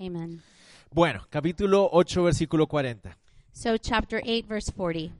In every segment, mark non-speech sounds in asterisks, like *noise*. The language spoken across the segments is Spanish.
Amen. Bueno, capítulo 8, versículo 40. So, chapter 8, verse 40.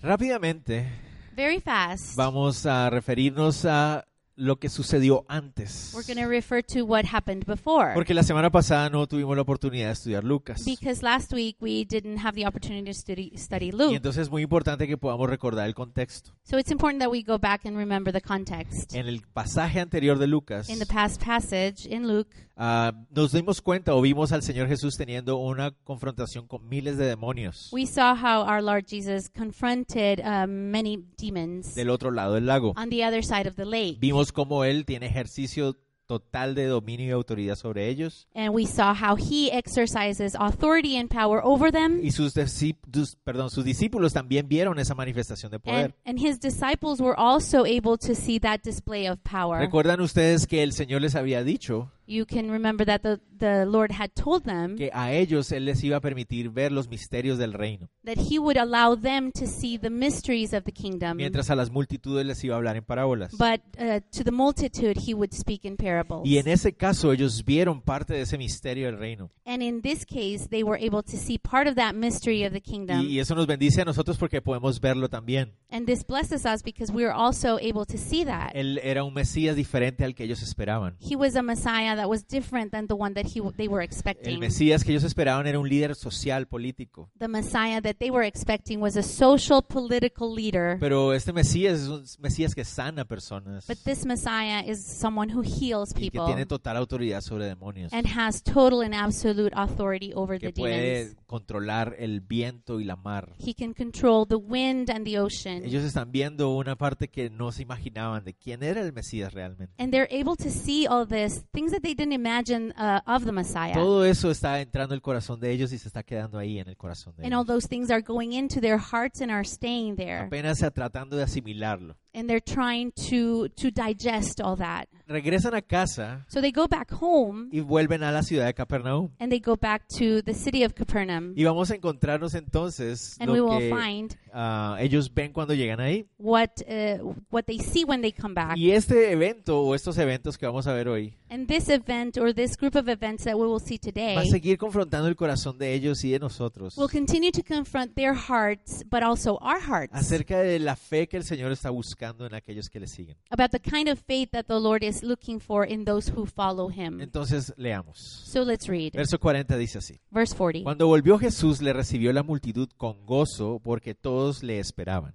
Rápidamente Very fast, vamos a referirnos a lo que sucedió antes. we're going to refer to what happened before. Porque la semana pasada no tuvimos la oportunidad de estudiar Lucas. because last week we didn't have the opportunity to study, study Y Luke. entonces es muy importante que podamos recordar el contexto. So, it's important that we go back and remember the context. En el pasaje anterior de Lucas, In the past passage in Luke, ah, nos dimos cuenta o vimos al Señor Jesús teniendo una confrontación con miles de demonios we saw how our Lord Jesus confronted uh, many demons del otro lado del lago. on the other side of the lake. Vimos cómo Él tiene ejercicio total de dominio y autoridad sobre ellos. And we saw how he exercises authority and power over them. Y sus, discíp- dus- perdón, sus discípulos también vieron esa manifestación de And, poder. and his disciples were also able to see that display of power. ¿Recuerdan ustedes que el Señor les había dicho You can remember that the, the Lord had told them que a ellos Él les iba a permitir ver los misterios del reino, that he would allow them to see the mysteries of the kingdom, mientras a las multitudes les iba a hablar en parábolas? but uh, to the multitude he would speak in parables. Y en e- ese caso ellos vieron parte de ese misterio del reino. And in this case, they were able to see part of that mystery of the Y, kingdom. y eso nos bendice a nosotros porque podemos verlo también. And this blesses us because we are also able to see that. Él era un Mesías diferente al que ellos esperaban. He was a Messiah that was different than the one that he, w- they were El expecting. Mesías que ellos esperaban era un líder social, político. the Messiah that they were expecting was a social political leader. Pero este Mesías es un Mesías que sana personas But this Messiah is someone who heals y que people tiene total autoridad sobre demonios. and has total and absolute authority over the que demons. puede controlar el viento y la mar. He can control the wind and the ocean. Ellos están viendo una parte que no se imaginaban de quién era el Mesías realmente. And they're able to see all this, things that they didn't imagine uh, of the Messiah. Todo eso está entrando al corazón de ellos y se está quedando ahí en el corazón de and all ellos. those things are going into their hearts and are staying there. Apenas a- tratando de asimilarlo. And they're trying to, to digest all that. Regresan a casa So they go back home y vuelven a la ciudad de Capernaum. and they go back to the city of Capernaum. Y vamos a encontrarnos entonces and we lo will que find ah, ellos ven cuando llegan ahí. what uh, what they see when they come back. Y este evento o estos eventos que vamos a ver hoy And this event or this group of events that we will see va a today seguir confrontando el corazón de ellos y de nosotros. will continue to confront their hearts, but also our hearts, acerca de la fe que el Señor está buscando en aquellos que le siguen. about the kind of faith that the Lord is looking for in those who follow Him. Entonces leamos. So let's read Verso 40 dice así. verse 40. Cuando volvió Jesús le recibió la multitud con gozo porque todos le esperaban.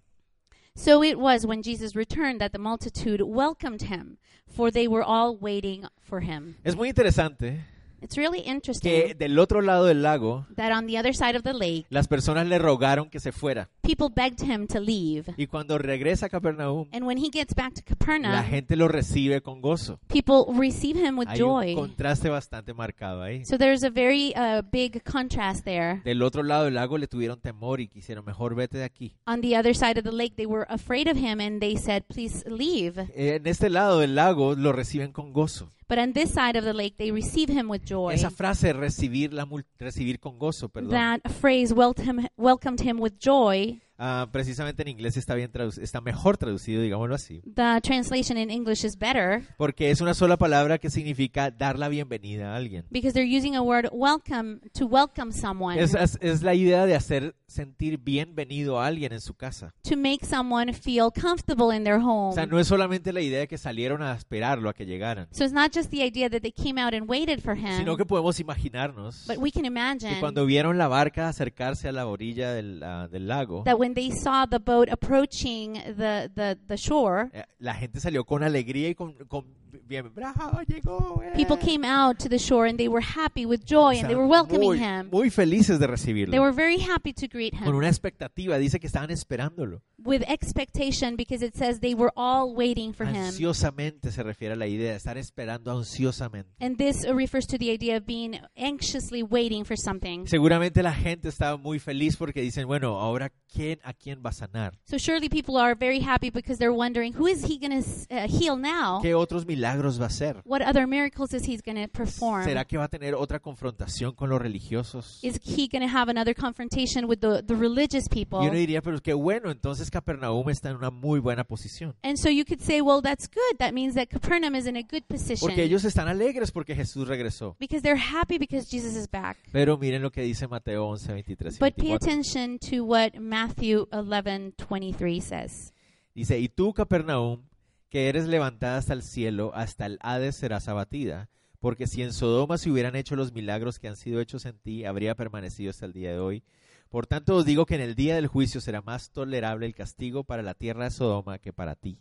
So it was when Jesus returned that the multitude welcomed him, for they were all waiting for him. Es muy interesante It's really que interesting del otro lado del lago that on the other side of the lake, las personas le rogaron que se fuera. people begged him to leave. Y cuando regresa a Capernaum, And when he gets back to la Capernaum, gente lo recibe con gozo. people receive him with Hay un joy. contraste bastante marcado ahí. So there's a very uh, big contrast there. Del otro lado del lago le tuvieron temor y quisieron mejor vete de aquí. On the other side of the lake, they were afraid of him and they said, Please leave. Eh, En este lado del lago lo reciben con gozo. But on this side of the lake, they receive him with joy. Esa frase recibir la mul- recibir con gozo, perdón. That phrase welcome, welcomed him with joy. Ah, precisamente en inglés está bien traduc- está mejor traducido, digámoslo así, The translation in English is better porque es una sola palabra que significa dar la bienvenida a alguien. because they're using a word welcome to welcome someone, Es, es- es la idea de hacer sentir bienvenido a alguien en su casa. to make someone feel comfortable in their O home. sea, no es solamente la idea de que salieron a esperarlo a que llegaran, so it's not just the idea that they came out and waited for him, sino que podemos imaginarnos but we can que imagine cuando vieron la barca acercarse a la orilla del, ah, del lago, that when they saw the boat approaching the, the, the shore, eh, la gente salió con alegría y con, con bien, ¡bravo, llegó! eh". people came out to the shore and they were happy with joy and they were welcoming muy, him. muy felices de recibirlo. They were very happy to greet Con him una expectativa, dice que estaban esperándolo. with expectation because it says they were all waiting for him. Ansiosamente se refiere a la idea, estar esperando ansiosamente. And this refers to the idea of being anxiously waiting for something. Seguramente la gente estaba muy feliz porque dicen, bueno, ahora quién a quién va a sanar? So surely people are very happy because they're wondering who is he going to uh, heal now? ¿Qué otros milagros va a hacer? What other miracles is he going to perform? ¿Será que va a tener otra confrontación con los religiosos? Y Is he going to have another confrontation with the, the religious people? uno diría, pero qué bueno, entonces Capernaum está en una muy buena posición. And so you could say, well, that's good. That means that Capernaum is in a good position. Porque ellos están alegres porque Jesús regresó. because they're happy because Jesus is back. Pero miren lo que dice Mateo 11, 23 y But pay 24. attention to what Matthew 11 23 says. Dice, y tú, Capernaum, que eres levantada hasta el cielo, hasta el Hades serás abatida, porque si en Sodoma se hubieran hecho los milagros que han sido hechos en ti, habría permanecido hasta el día de hoy. Por tanto os digo que en el día del juicio será más tolerable el castigo para la tierra de Sodoma que para ti.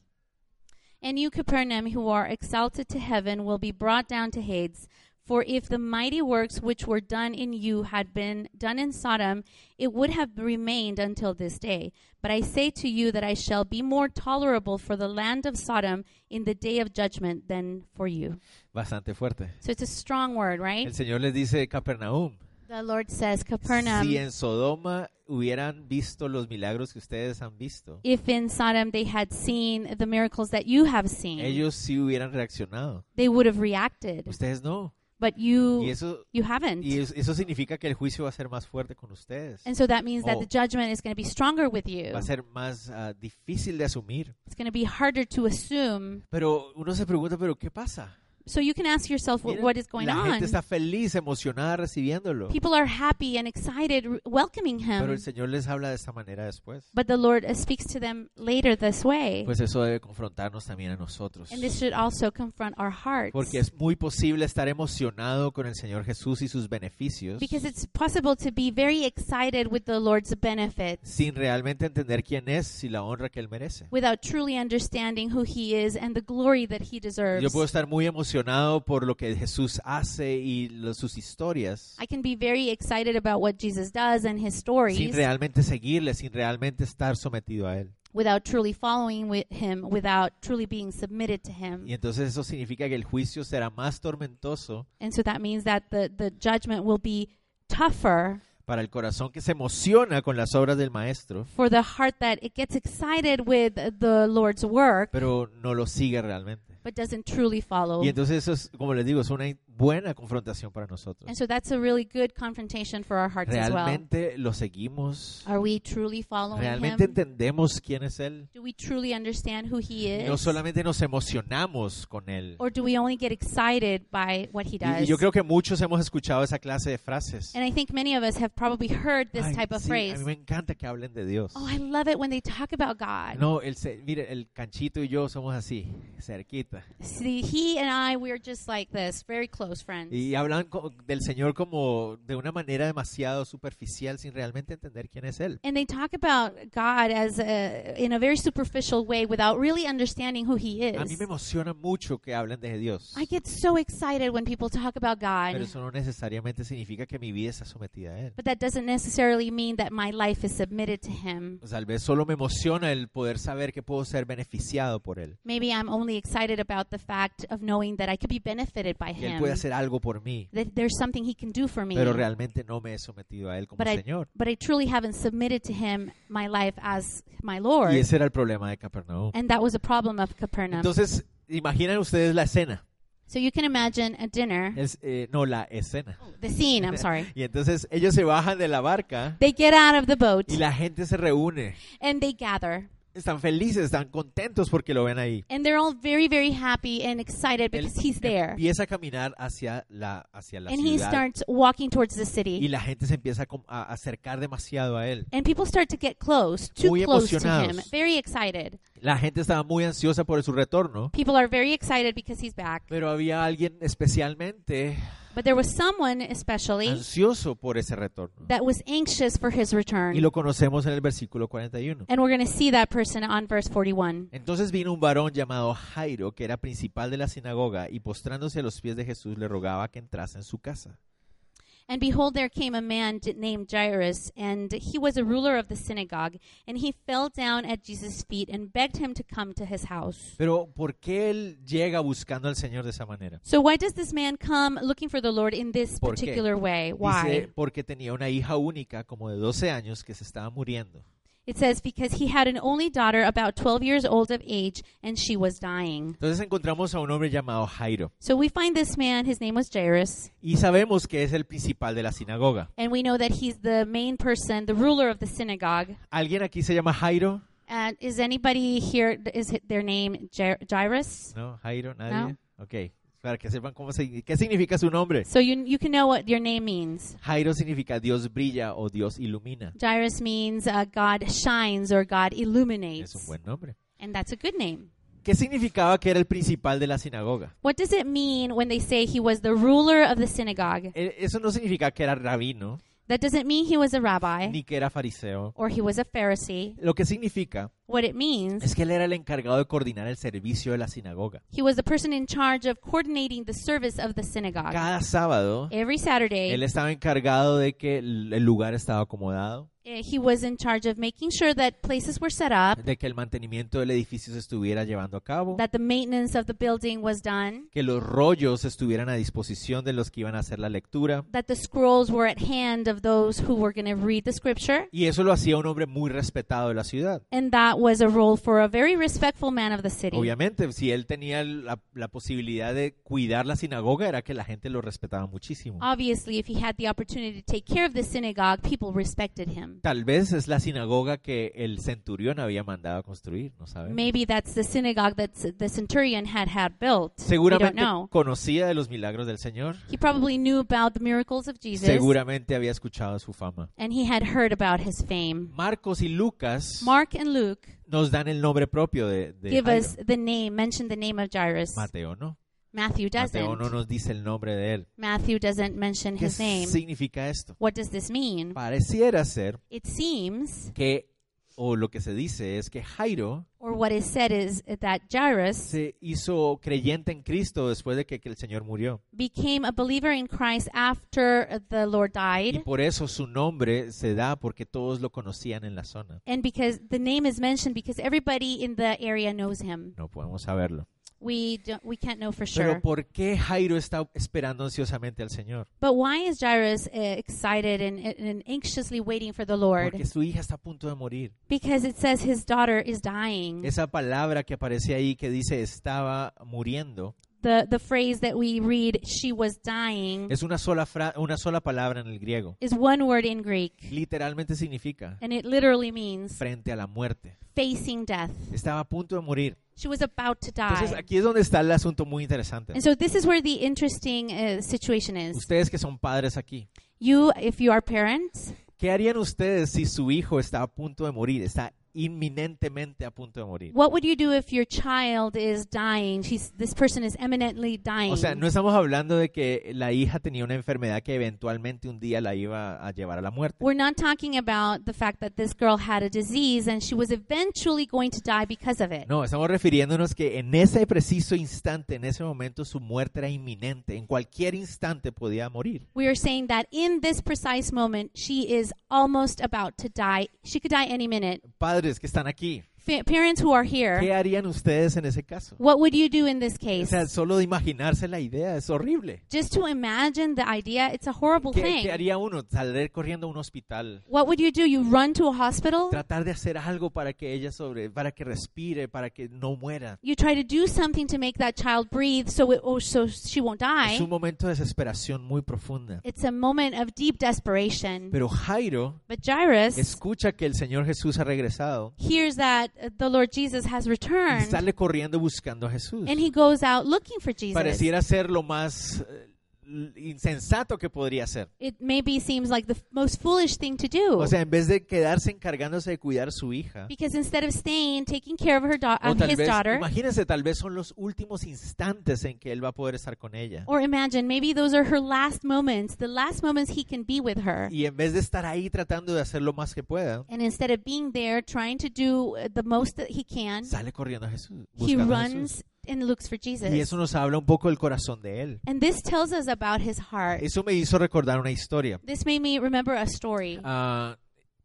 And you, Capernaum, who are exalted to heaven, will be brought down to Hades. For if the mighty works which were done in you had been done in Sodom, it would have remained until this day. But I say to you that I shall be more tolerable for the land of Sodom in the day of judgment than for you. Bastante fuerte. So it's a strong word, El right? Señor les dice, Capernaum, The Lord says, Capernaum, si en Sodoma hubieran visto los milagros que ustedes han visto, if in Sodom they had seen the miracles that you have seen, ellos sí hubieran reaccionado. they would have reacted. Ustedes no. But Y you, eso, you haven't. y es- eso significa que el juicio va a ser más fuerte con ustedes. And so that means that Oh. the judgment is going to be stronger with you. va a ser más ah, difícil de asumir. It's going to be harder to assume. Pero uno se pregunta, ¿pero qué pasa? So you can ask yourself what, Miren, what is going la on. gente está feliz, emocionada recibiéndolo. People are happy and excited r- welcoming Pero him. el Señor les habla de esta manera después. But the Lord uh, speaks to them later this way. Pues eso debe confrontarnos también a nosotros. And this should also confront our hearts. Porque es muy posible estar emocionado con el Señor Jesús y sus beneficios Because it's possible to be very excited with the Lord's benefits sin realmente entender quién es y la honra que Él merece. without truly understanding who he is and the glory that he deserves. Yo puedo estar muy emocionado por lo que Jesús hace y lo- sus historias I can be very excited about what Jesus does and his sin stories realmente seguirle, sin realmente estar sometido a Él. without truly following with him, without truly being submitted to him. Y entonces eso significa que el juicio será más tormentoso And so that means that the, the judgment will be tougher para el corazón que se emociona con las obras del maestro, for the heart that it gets excited with the Lord's work pero no lo sigue realmente. but doesn't truly follow. Y entonces eso es, como les digo, es una buena confrontación para nosotros. And so that's a really good confrontation for our hearts as well. ¿Realmente lo seguimos? Are we truly following ¿Realmente him? entendemos quién es Él? Do we truly understand who he is? No solamente nos emocionamos con Él. or do we only get excited by what he Y, does? y yo creo que muchos hemos escuchado esa clase de frases. and I think many of us have probably heard this Ay, type of sí, phrase. A mí me encanta que hablen de Dios. Oh, I love it when they talk about God. No, el, se- mire, el canchito y yo somos así, cerquita. See, he and I, we're just like this, very close friends. Y hablan co- del Señor como de una manera demasiado superficial sin realmente entender quién es Él. and they talk about God as a, in a very superficial way without really understanding who He A mí is. me emociona mucho que hablen de Dios, I get so excited when people talk about pero God, eso no necesariamente significa que mi vida está sometida a Él. but that doesn't necessarily mean that my life is submitted to Him. Tal vez solo me emociona el poder saber que puedo ser beneficiado por Él, Maybe I'm only excited about the fact of knowing that I could be benefited by que Él Him, puede hacer algo por mí, that there's something He can do for me. pero realmente no me he sometido a Él como But I- Señor. But I truly haven't submitted to Him my life as my Lord. Y ese era el problema de Capernaum. And that was a problem of Capernaum. Entonces, imaginen ustedes la escena, so you can imagine a dinner, Es, eh, no la escena. the scene, I'm *laughs* sorry. Y entonces ellos se bajan de la barca They get out of the boat y la gente se reúne. and they gather. están felices, están contentos porque lo ven ahí. and they're all very very happy and excited because he's there Empieza a caminar hacia la, hacia la and he ciudad starts walking towards the y city la gente se empieza a, com- a acercar demasiado a él. and people start to get close too Muy close to him emocionados. very excited La gente estaba muy ansiosa por su retorno, people are very excited because he's back pero había alguien especialmente but there was someone especially ansioso por ese retorno. that was anxious for his Y return lo conocemos en el versículo 41. and we're going to see that person on verse 41 Entonces vino un varón llamado Jairo, que era principal de la sinagoga, y postrándose a los pies de Jesús le rogaba que entrase en su casa. and behold there came a man d- named jairus and he was a ruler of the synagogue and he fell down at jesus feet and begged him to come to his house Pero ¿por qué él llega buscando al Señor de esa manera? So why does this man come looking for the Lord in this ¿Por qué? particular way? Why? Dice, porque tenía una hija única como de 12 años que se estaba muriendo. It says, because he had an only daughter about 12 years old of age, and she was dying. Entonces encontramos a un hombre llamado Jairo So we find this man, his name was Jairus, y sabemos que es el principal de la sinagoga. and we know that he's the main person, the ruler of the synagogue. ¿Alguien aquí se llama Jairo? And is anybody here, is it their name Jair- Jairus? No, Jairo, nadie. Ok, para que sepan cómo se- qué significa su nombre. So you, you can know what your name means. Jairo significa Dios brilla o Dios ilumina. Jairus means uh, God shines or God Es illuminates. un buen nombre. And that's a good name. ¿Qué significaba que era el principal de la sinagoga? What does it mean when they say he was the ruler of the synagogue? Eh, Eso no significa que era rabino That doesn't mean he was a rabbi ni que era fariseo. or he was a Pharisee. Lo que significa What it means es que él era el encargado de coordinar el servicio de la sinagoga. He was the person in charge of coordinating the service of the synagogue. Cada sábado Every Él Saturday, estaba encargado de que el el lugar estaba acomodado, eh, he was in charge of making sure that places were set up, de que el mantenimiento del edificio se estuviera llevando a cabo, that the maintenance of the building was done, que los rollos estuvieran a disposición de los que iban a hacer la lectura. that the scrolls were at hand of those who were going to read the scripture. Y eso lo hacía un hombre muy respetado de la ciudad. And that was a role for a very respectful man of the city. Obviamente, si él tenía la, la posibilidad de cuidar la sinagoga, era que la gente lo respetaba muchísimo. Ah. Obviously, if he had the opportunity to take care of the synagogue, people respected him. Tal vez es la sinagoga que el centurión había mandado a construir, no sabemos. Maybe that's the synagogue that s- the centurion had had built. We don't Seguramente know. conocía de los milagros del Señor. He probably knew about the miracles of Jesus. Seguramente había escuchado su fama. and he had heard about his fame. Marcos y Lucas Mark and Luke nos dan el nombre propio de, de give Jairo. us the name, mention the name of Jairus. Mateo, ¿no? Matthew Mateo no doesn't. nos dice el nombre de él. Matthew doesn't mention ¿Qué his name. significa esto? What does this mean? Pareciera ser It seems, que, o lo que se dice es que Jairo or what is said is that Jairus se hizo creyente en Cristo después de que, que el Señor murió. became a believer in Christ after the Lord Y died, por eso su nombre se da porque todos lo conocían en la zona. and because the name is mentioned because everybody in the area knows him. No podemos saberlo. We don't, we can't know for Pero sure. ¿por qué Jairo está esperando ansiosamente al Señor? But why is Jairus uh, excited and, and anxiously waiting for the Lord? Porque su hija está a punto de morir. Because it says his daughter is dying. Esa palabra que aparece ahí que dice estaba muriendo the the phrase that we read she was dying Es una sola, fra- una sola palabra en el griego. is one word in Greek Literalmente significa and it literally means frente a la muerte. facing death. Estaba a punto de morir. She was about to Entonces die. aquí es donde está el asunto muy interesante. And so this is where the interesting uh, situation is. Ustedes que son padres aquí, You if you are parents, ¿qué harían ustedes si su hijo está a punto de morir? Está inminentemente a punto de morir. what would you do if your child is dying? She's this person is eminently dying. O sea, no estamos hablando de que la hija tenía una enfermedad que eventualmente un día la iba a llevar a la muerte. We're not talking about the fact that this girl had a disease and she was eventually going to die because of it. No, estamos refiriéndonos que en ese preciso instante, en ese momento, su muerte era inminente. En cualquier instante podía morir. We are saying that in this precise moment, she is almost about to die. She could die any minute. Padres que están aquí, Fa parents who are ¿Qué here, harían ustedes en ese caso? what would you do in this O case? sea, solo de imaginarse la idea es horrible. Just to imagine the idea, it's a horrible ¿Qué, qué thing. haría uno? Salir corriendo a un hospital. What would you do? You run to a hospital? Tratar de hacer algo para que ella sobre, para que respire, para que no muera. You try to do something to make that child breathe so it, oh, so she won't Es un die. momento de desesperación muy profunda. It's a moment of deep desperation. Pero Jairo But Jairus escucha que el Señor Jesús ha regresado hears that uh, the Lord Jesus has y returned sale corriendo buscando a Jesús. and he goes out looking for Jesus. Pareciera ser lo más eh, insensato que podría ser. It maybe seems like the f- most foolish thing to do. O sea, en vez de quedarse encargándose de cuidar a su hija, Because instead of staying, taking care of her da- O of tal his vez, daughter, imagínense, tal vez son los últimos instantes en que él va a poder estar con ella. or imagine maybe those are her last moments, the last moments he can be with her. Y en vez de estar ahí tratando de hacer lo más que pueda, And instead of being there trying to do uh, the most that he can, sale corriendo a Jesús. he Buscando a Jesús. runs and looks for Jesus. Y eso nos habla un poco del corazón de él. And this tells us about his heart. Eso me hizo recordar una historia. This made me remember a story. Ah,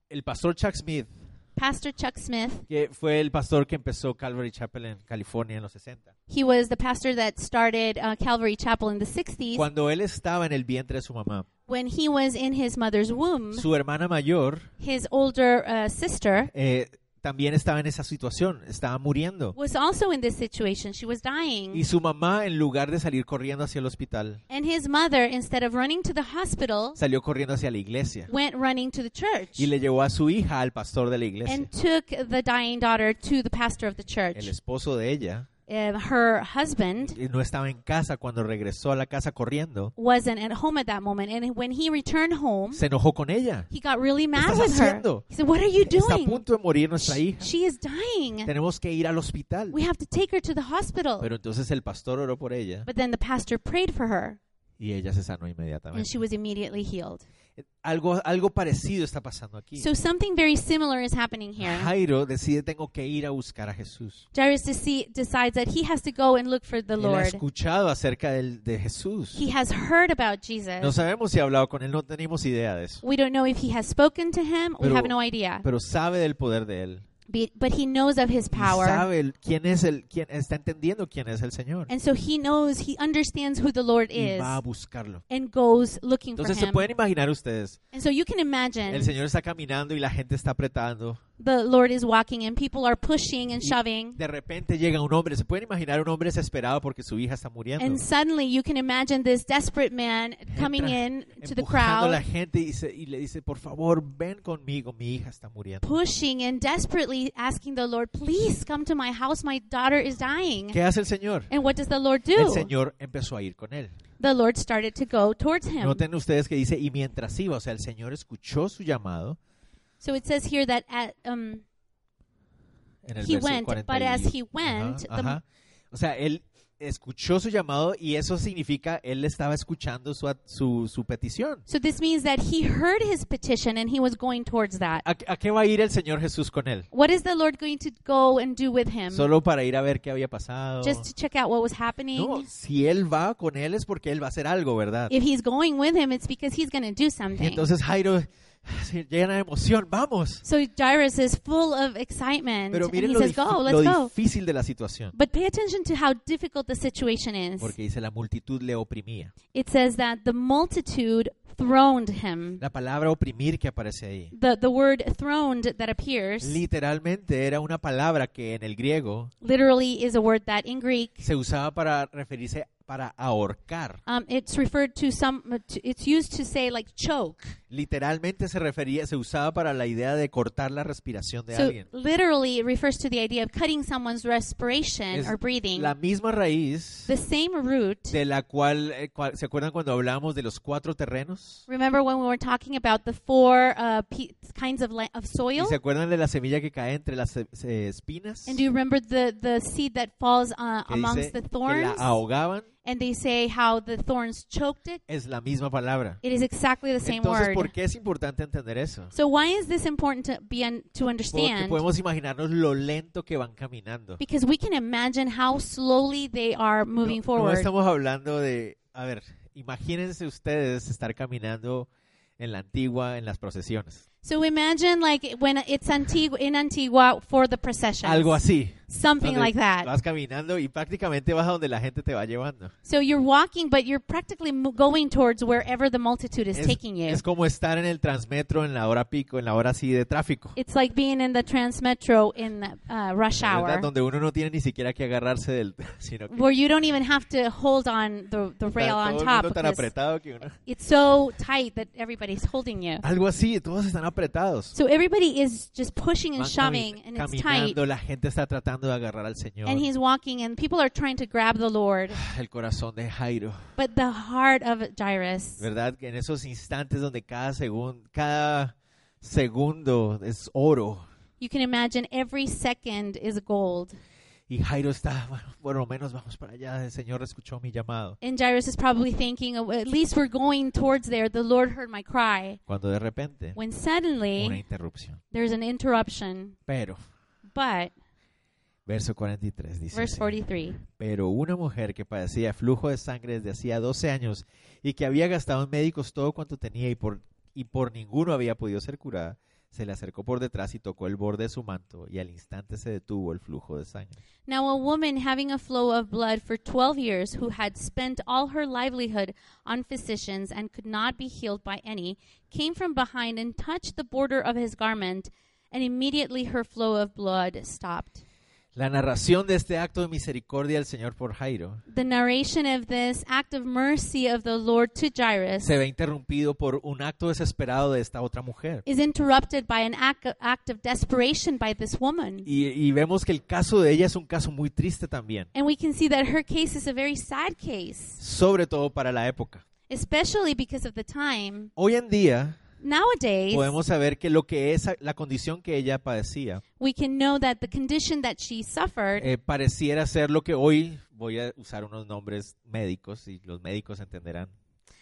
el pastor Chuck Smith, Pastor Chuck Smith, que fue el pastor que empezó Calvary Chapel en California en los 60. he was the pastor that started uh, Calvary Chapel in the 60s. Cuando él estaba en el vientre de su mamá, when he was in his mother's womb, Su hermana mayor his older uh, sister eh, también estaba en esa situación, estaba muriendo. was also in this situation. She was Y dying. su mamá, en lugar de salir corriendo hacia el hospital, And his mother, instead of running to the hospital, salió corriendo hacia la iglesia went running to the church y le llevó a su hija al pastor de la iglesia. and took the dying daughter to the pastor of the El church. esposo de ella Uh, her husband eh, no estaba en casa cuando regresó a la casa corriendo. wasn't at home at that moment. And when he returned home, Se enojó con ella. he got really mad estás Ah, with her. haciendo? He said, What are you Está a doing? punto de morir nuestra hija. She is dying. Tenemos que ir al hospital. We have to take her to the hospital. Pero entonces el pastor oró por ella But then the pastor prayed for her, y ella se sanó and inmediatamente. she was immediately healed. Algo, algo parecido está pasando aquí. So something very similar is happening here. Jairo decide tengo que ir a buscar a Jesús. Jairus deci- decides that he has to go and look for the Él ha Lord. escuchado acerca del- de Jesús. He has heard about No Jesus. sabemos si ha hablado con él, no tenemos idea de eso. We don't know if he has spoken to him. We Pero- have no idea. Pero sabe del poder de él. Be- But he knows of his Y power. sabe el- quién es el, quién está entendiendo quién es el Señor. And so he knows, he understands who the Lord Y is va a buscarlo. and goes looking for Entonces se him. pueden imaginar ustedes. And so you can El imagine Señor está caminando y la gente está apretando. the Lord is walking and people are pushing and shoving. De repente llega un hombre. Se pueden imaginar un hombre desesperado porque su hija está And muriendo. suddenly you can imagine this desperate man coming in to the Empujando a la crowd, gente y, se- y le dice, por favor, ven conmigo, mi hija está muriendo. pushing and desperately asking the Lord, please come to my house. My daughter is dying. ¿Qué hace el Señor? And what does the Lord El do? Señor empezó a ir con él. The Lord started to go towards him. Noten ustedes que dice, y mientras iba, o sea, el Señor escuchó su llamado So it says here that at, um, en el He verso went, 41. but as he Ajá, went, the- ajá. O sea, él escuchó su llamado y eso significa él estaba escuchando su, a- su, su petición. so this means that he heard his petition and he was going towards that. ¿A, a qué va a ir el Señor Jesús con él? What is the Lord going to go and do with him? Solo para ir a ver qué había pasado. Em, Just to check out what was happening? No, si él va con él es porque él va a hacer algo, ¿verdad? If he's going with him, it's because he's going to do Y something. entonces Jairo *sighs* se llena de emoción, vamos. So Jairus is full of excitement Pero and miren he lo, says, dif- Go, lo let's go. difícil de la situación. But pay attention to how difficult the situation is. Porque dice la multitud le oprimía. It says that the multitude throned him. La palabra oprimir que aparece ahí. The, the word throned that appears Literalmente era una palabra que en el griego literally is a word that in Greek se usaba para referirse para ahorcar. um, it's referred to some, it's used to say like choke. Literalmente se refería, se usaba para la idea de cortar la respiración de So alguien. literally it refers to the idea of cutting someone's respiration Es or breathing. La misma raíz The same root. de la cual, eh, cual- ¿se acuerdan cuando hablamos de los cuatro terrenos? Remember when we were talking about the four uh, pe- kinds of, la- of ¿Y soil? se acuerdan de la semilla que cae entre las eh, eh, espinas? And do you remember the, the seed that falls uh, Que dice amongst the que la thorns? ahogaban, And they say how the thorns choked it. es la misma palabra. It is exactly the same Entonces, ¿por word. qué es importante entender eso? So why is this important to be un- to Porque understand? podemos imaginarnos lo lento que van caminando. Because we can imagine how slowly they are moving No- No forward. estamos hablando de, a ver, imagínense ustedes estar caminando en la antigua, en las procesiones. So imagine like when it's Antigua in Antigua for the procession. Algo así. Something donde like that. Vas caminando y prácticamente vas a donde la gente te va llevando. So you're walking, but you're practically mo- going towards wherever the multitude is, Es, taking you. es como estar en el transmetro en la hora pico, en la hora así de tráfico. It's like being in the Transmetro in uh, rush La verdad, hour, Donde uno no tiene ni siquiera que agarrarse del, *laughs* sino que where you don't even have to hold on the, the está rail on todo el top mundo tan because apretado que uno- *laughs* it's so tight that everybody's holding you. Algo así, todos están apretados. So everybody is just pushing and Van cami- shoving, and it's tight. caminando, la gente está tratando de agarrar al Señor. And he's walking, and people are trying to grab the Lord, El corazón de Jairo, but the heart of Jairus. ¿verdad? Que en esos instantes donde cada segundo, cada segundo es oro You can imagine every second is gold. y Jairo está, bueno, por lo menos vamos para allá, el Señor escuchó mi llamado. And Jairus is probably thinking, "Oh, at least we're going towards there. The Lord heard my cry. Cuando de repente When una suddenly interrupción. there's an interruption, Pero but verso 43 dice Verse así. 43. Pero una mujer que padecía flujo de sangre desde hacía 12 años y que había gastado en médicos todo cuanto tenía y por, y por ninguno había podido ser curada, se le acercó por detrás y tocó el borde de su manto, y al instante se detuvo el flujo de sangre. Now, a woman having a flow of blood for 12 years, who had spent all her livelihood on physicians and could not be healed by any, came from behind and touched the border of his garment, and immediately her flow of blood stopped. La narración de este acto de misericordia del Señor por Jairo The narration of this act of mercy of the Lord to Jairus se ve interrumpido por un acto desesperado de esta otra mujer. is interrupted by an act, act of desperation by this woman. Y, y vemos que el caso de ella es un caso muy triste también, And we can see that her case is a very sad case, sobre todo para la época. especially because of the time. Hoy en día Nowadays, podemos saber que lo que es la condición que ella padecía we can know that the condition that she suffered eh, pareciera ser lo que hoy voy a usar unos nombres médicos y los médicos entenderán.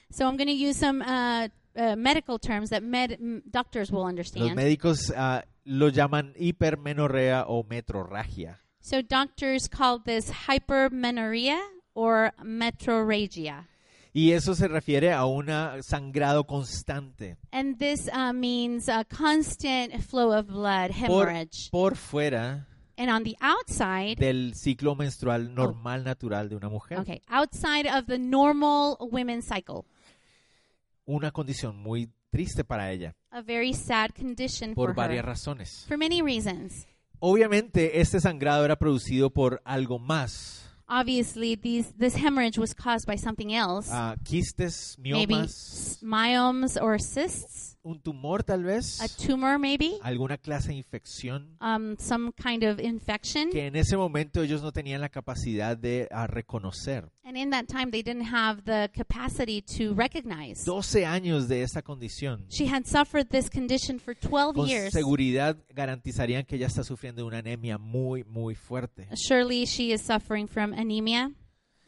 So I'm going to use some uh, uh, medical terms that med m- doctors will Los understand. médicos ah, lo llaman hipermenorrea o metrorragia. so doctors call this hypermenorrhea or metrorrhagia, Y eso se refiere a un sangrado constante and this uh, means a constant flow of blood, por, hemorrhage, por fuera and on the outside. del ciclo Oh. menstrual normal natural de una mujer. Okay, outside of the normal women's cycle, Una condición muy triste para ella a very sad condition por for varias her razones. for many reasons. Obviamente este sangrado era producido por algo más. Obviously, these this hemorrhage was caused by something else, ah, quistes, maybe miomas, s- myomes or cysts. un tumor tal vez. a tumor maybe alguna clase de infección um, some kind of infection que en ese momento ellos no tenían la capacidad de ah, reconocer. and in that time they didn't have the capacity to recognize 12 años de esta condición. she had suffered this condition for 12 Con years seguridad garantizarían que ella está sufriendo de una anemia muy, muy fuerte. surely she is suffering from anemia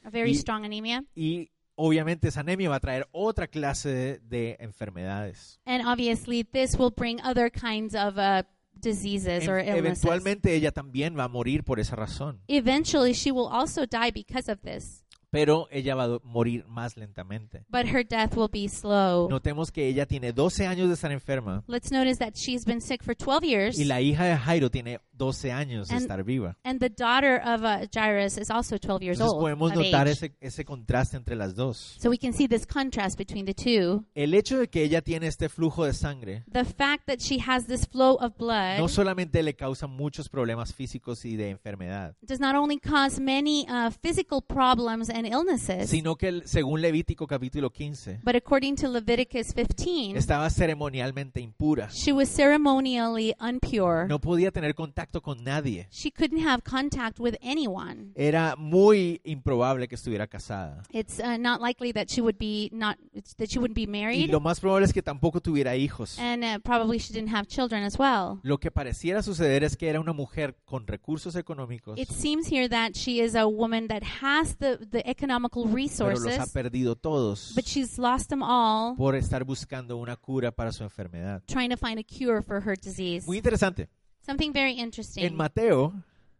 a very Y- strong anemia Y obviamente esa anemia va a traer otra clase de, de enfermedades. and obviously this will bring other kinds of uh, diseases or illnesses En- Em, eventualmente ella también va a morir por esa razón, eventually she will also die because of this pero ella va a do- morir más lentamente. but her death will be slow Notemos que ella tiene 12 años de estar enferma let's notice that she's been sick for 12 years y la hija de Jairo tiene 12 años de And- estar viva. And the daughter of uh, Jairus is also 12 years Entonces old. podemos of notar age. ese, ese contraste entre las dos. So we can see this contrast between the two. El hecho de que ella tiene este flujo de sangre The fact that she has this flow of blood no solamente le causa muchos problemas físicos y de enfermedad, does not only cause many uh, physical problems and illnesses, sino que el- según Levítico capítulo 15, but according to Leviticus 15, estaba ceremonialmente impura. she was ceremonially unpure. No podía tener contacto con nadie. She couldn't have contact with anyone. Era muy improbable que estuviera casada. It's uh, not likely that she would be not it's- that she wouldn't be Y married, lo más probable es que tampoco tuviera hijos. and uh, probably she didn't have children as well. Lo que pareciera suceder es que era una mujer con recursos económicos, It seems here that she is a woman that has the, the economical pero los ha resources, perdido todos but she's lost them all por estar buscando una cura para su enfermedad. trying to find a cure for her disease. Muy interesante. Something very En interesting. Mateo,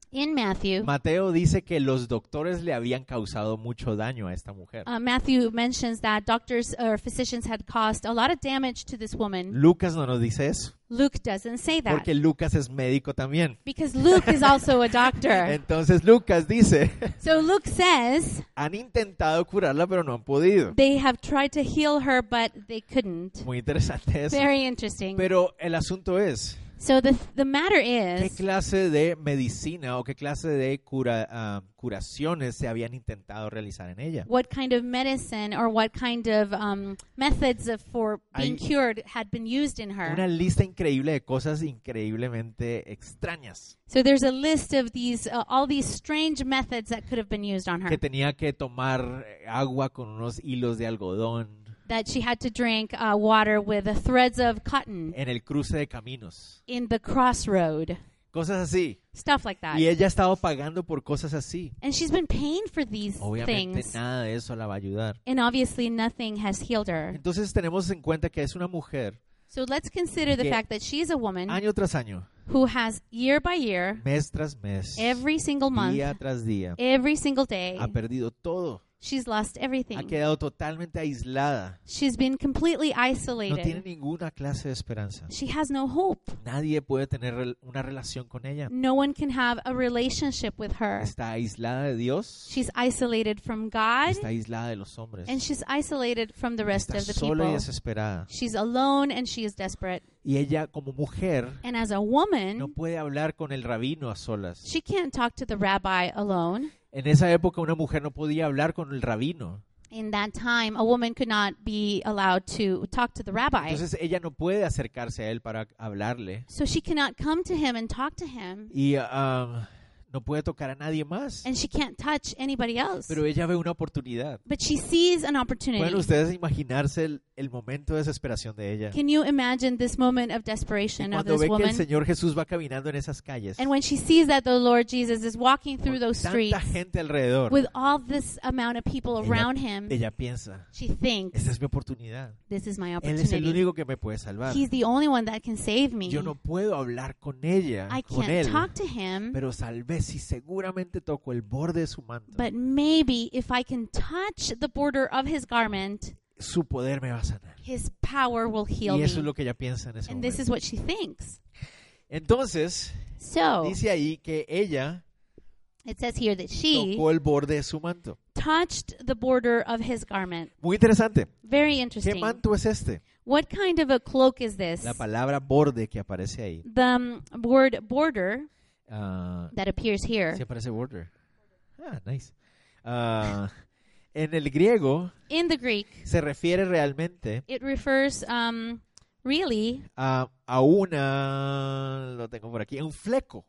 In Matthew, Mateo dice que los doctores le habían causado mucho daño a esta mujer. uh, Matthew mentions that doctors or physicians had caused a lot of damage to this woman. Lucas no nos dice eso, Luke doesn't say Um, that porque Lucas es médico también. *laughs* because Luke is also a *laughs* doctor. Entonces Lucas dice, *laughs* So Luke says han intentado curarla pero no han podido. they have tried to heal her, but they couldn't. Muy interesante eso. Very interesting. Pero el asunto es, So the, the matter ¿qué is. clase de medicina o qué clase de cura, ah, curaciones se habían intentado realizar en ella? what kind of medicine or what kind of um, methods of, for being Hay- cured had been used in her. Una lista increíble de cosas increíblemente extrañas. so there's a list of these, uh, all these strange methods that could have been used on her. que tenía que tomar eh, agua con unos hilos de algodón that she had to drink uh, water with the threads of cotton en el cruce de caminos. in the crossroad, Cosas así. stuff like that. Y ella ha estado pagando por cosas así. and she's been paying for these Obviamente things. nada de eso la va a ayudar. And obviously, nothing has healed her. Entonces tenemos en cuenta que es una mujer, So let's consider the Que- fact that she's a woman año tras año, who has year by year, mes tras mes, every single month, eh, día Ah, tras día, every single day, ha perdido todo. She's lost Ha everything. quedado totalmente aislada. She's been completely No tiene isolated. ninguna clase de esperanza. She has no hope. Nadie puede tener rel- una relación con ella. No one can have a relationship with her. Está aislada de Dios. She's isolated from God Está aislada de los hombres. and she's isolated from the rest Está of the sola y people. desesperada. She's alone and she is desperate. Y ella como mujer And as a no woman, puede hablar con el rabino a solas. she can't talk to the rabbi alone. En esa época una mujer no podía hablar con el rabino. In that time, a woman could not be allowed to talk to the rabbi. Entonces ella no puede acercarse a él para hablarle. So she cannot come to him and talk to him. Y ah, no puede tocar a nadie más. And she can't touch anybody else. Pero ella ve una oportunidad. But she sees an ¿Pueden opportunity. ustedes imaginarse el, el momento de desesperación de ella? Can you imagine this moment of Y desperation of Cuando this ve que el woman? Señor Jesús va caminando en esas calles, And when she sees that the Lord Jesus is walking con through those streets tanta gente alrededor, with all this amount of people Ella- around him, ella piensa, she thinks, esta es mi oportunidad. This is my Él es el opportunity. único que me puede salvar. He's the only one that can save me. Yo no puedo hablar con ella, I con can't él, talk to him, pero tal vez si seguramente toco el borde de su manto, but maybe if I can touch the border of his garment, su poder me va a sanar. his power will Y heal eso es me. lo que ella piensa en ese And this momento. is what she thinks. Entonces, So dice ahí que ella it says here that she tocó el borde de su manto. touched the border of his garment. Muy interesante. Very ¿Qué interesting. manto es este? What kind of a cloak is this? La palabra borde que aparece ahí. The um, word border Ah, that appears here sí aparece border. Ah, *laughs* nice. Ah, en el griego in the Greek, se refiere realmente it refers um, really a, a una... Lo tengo por aquí. Un fleco.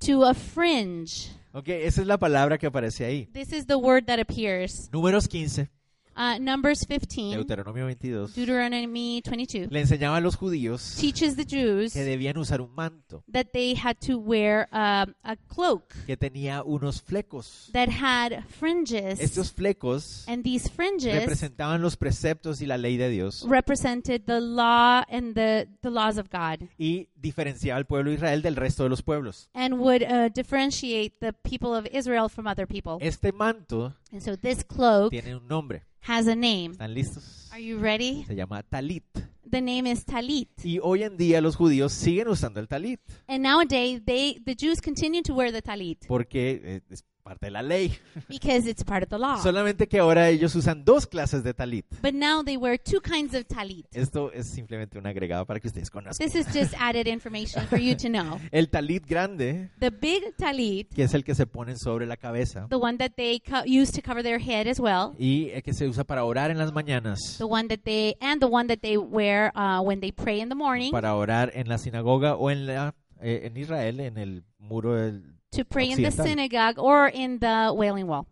to a fringe. Ok, esa es la palabra que aparece ahí. This is the word that appears. Números 15, Uh, Numbers 15, Deuteronomio 22, Deuteronomy 22, le enseñaba a los judíos teaches the Jews que debían usar un manto that they had to wear um, a cloak que tenía unos flecos. that had fringes. Estos flecos And these fringes representaban los preceptos y la ley de Dios represented the law and the, the laws of God y diferenciaba al pueblo de Israel del resto de los pueblos. and would uh, differentiate the people of Israel from other people. Este manto And so this cloak tiene un nombre. has a name. ¿Están listos? Are you ready? Se llama talit. The name is talit. Y hoy en día los judíos siguen usando el talit And nowadays, they the Jews continue to wear the talit *laughs* porque eh, es parte de la ley. because it's part of the law. Solamente que ahora ellos usan dos clases de talit. But now they wear two kinds of talit. Esto es simplemente un agregado para que ustedes conozcan. This is *laughs* just added information for you to know. El talit grande, The big talit, que es el que se ponen sobre la cabeza the one that they co- use to cover their head as well, y el que se usa para orar en las mañanas, the one that they and the one that they wear uh, when they pray in the morning para orar en la sinagoga o en la eh, en Israel en el muro del to pray in the occidental. synagogue or in the Wailing Wall.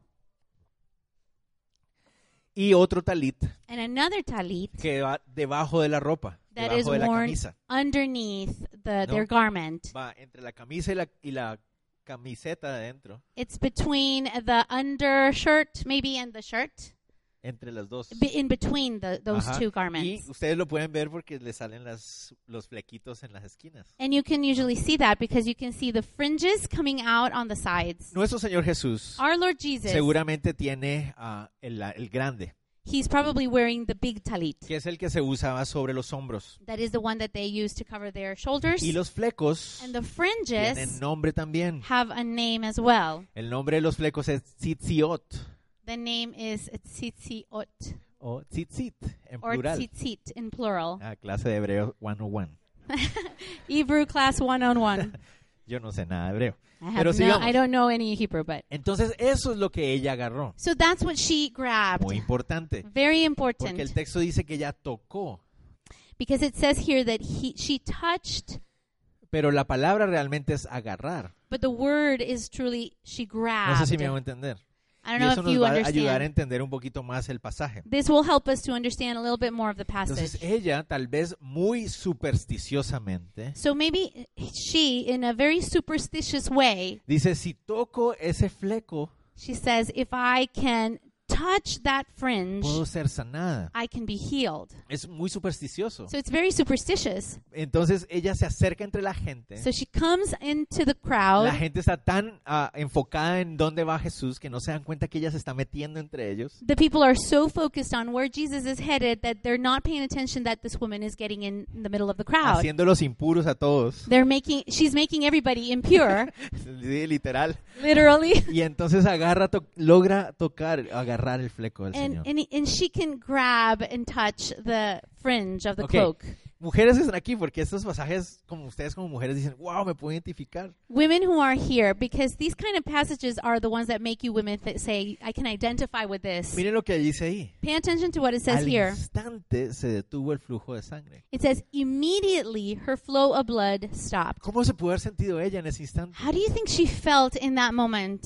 y otro talit And another talit que va debajo de la ropa, that is debajo de la worn camisa, underneath the, No. their garment. va entre la camisa y la, y la camiseta de adentro, It's between the undershirt, maybe, and the shirt. entre las dos. Be- in between the, those Ajá. two Y garments. ustedes lo pueden ver porque le salen las, los flequitos en las esquinas. And you can usually see that because you can see the fringes coming out on the sides. Nuestro Señor Jesús Our Lord Jesus, seguramente tiene ah, el, el grande, he's probably wearing the big talit. que es el que se usaba sobre los hombros. That is the one that they use to cover their shoulders. Y los flecos And the tienen fringes nombre también. have a name as well. El nombre de los flecos es tzitziot The name is tzitziot o tzitzit en or plural. tzitzit in plural. Ah, clase de hebreo 101. Hebrew class *laughs* 101. Yo no sé nada de hebreo. I, Pero have no, sigamos. I don't know any Hebrew, but. Entonces eso es lo que ella agarró. So that's what she grabbed. Muy importante. Very Porque el important. texto dice que ella tocó. Because it says here that he, she touched Pero la palabra realmente es agarrar. But the word is truly she No grabbed. sé si me voy a entender. Ah, I don't Y know eso if nos you va a ayudar a understand. entender un poquito más el pasaje. This will help us to understand a little bit more of the Entonces eh, passage. ella, tal vez muy supersticiosamente, So maybe she, in a very superstitious way, dice, si toco ese fleco, she says, if I can touch that fringe, puedo ser sanada. I can be healed. Es muy supersticioso. So it's very superstitious. Entonces ella se acerca entre la gente. So she comes into the La crowd. gente está tan ah, enfocada en dónde va Jesús que no se dan cuenta que ella se está metiendo entre ellos. The people are so focused on where Jesus is headed that they're not paying attention that this woman is getting in the middle of the crowd. Haciéndolos impuros a todos. *laughs* They're making she's making everybody impure, *laughs* Sí, literal. literally. Y entonces agarra, to- logra tocar, agarrar el fleco *laughs* del And, Señor. and and she can grab and touch the fringe of the Okay. cloak. Mujeres están aquí porque estos pasajes, como ustedes como mujeres dicen, wow, me puedo identificar. Women who are here, because these kind of passages are the ones that make you women th- say, "I can identify with this." Miren lo que dice ahí. Pay attention to what it says Al here. instante se detuvo el flujo de sangre. It says, "Immediately her flow of blood stopped." ¿Cómo se pudo haber sentido ella en ese instante? How do you think she felt in that moment?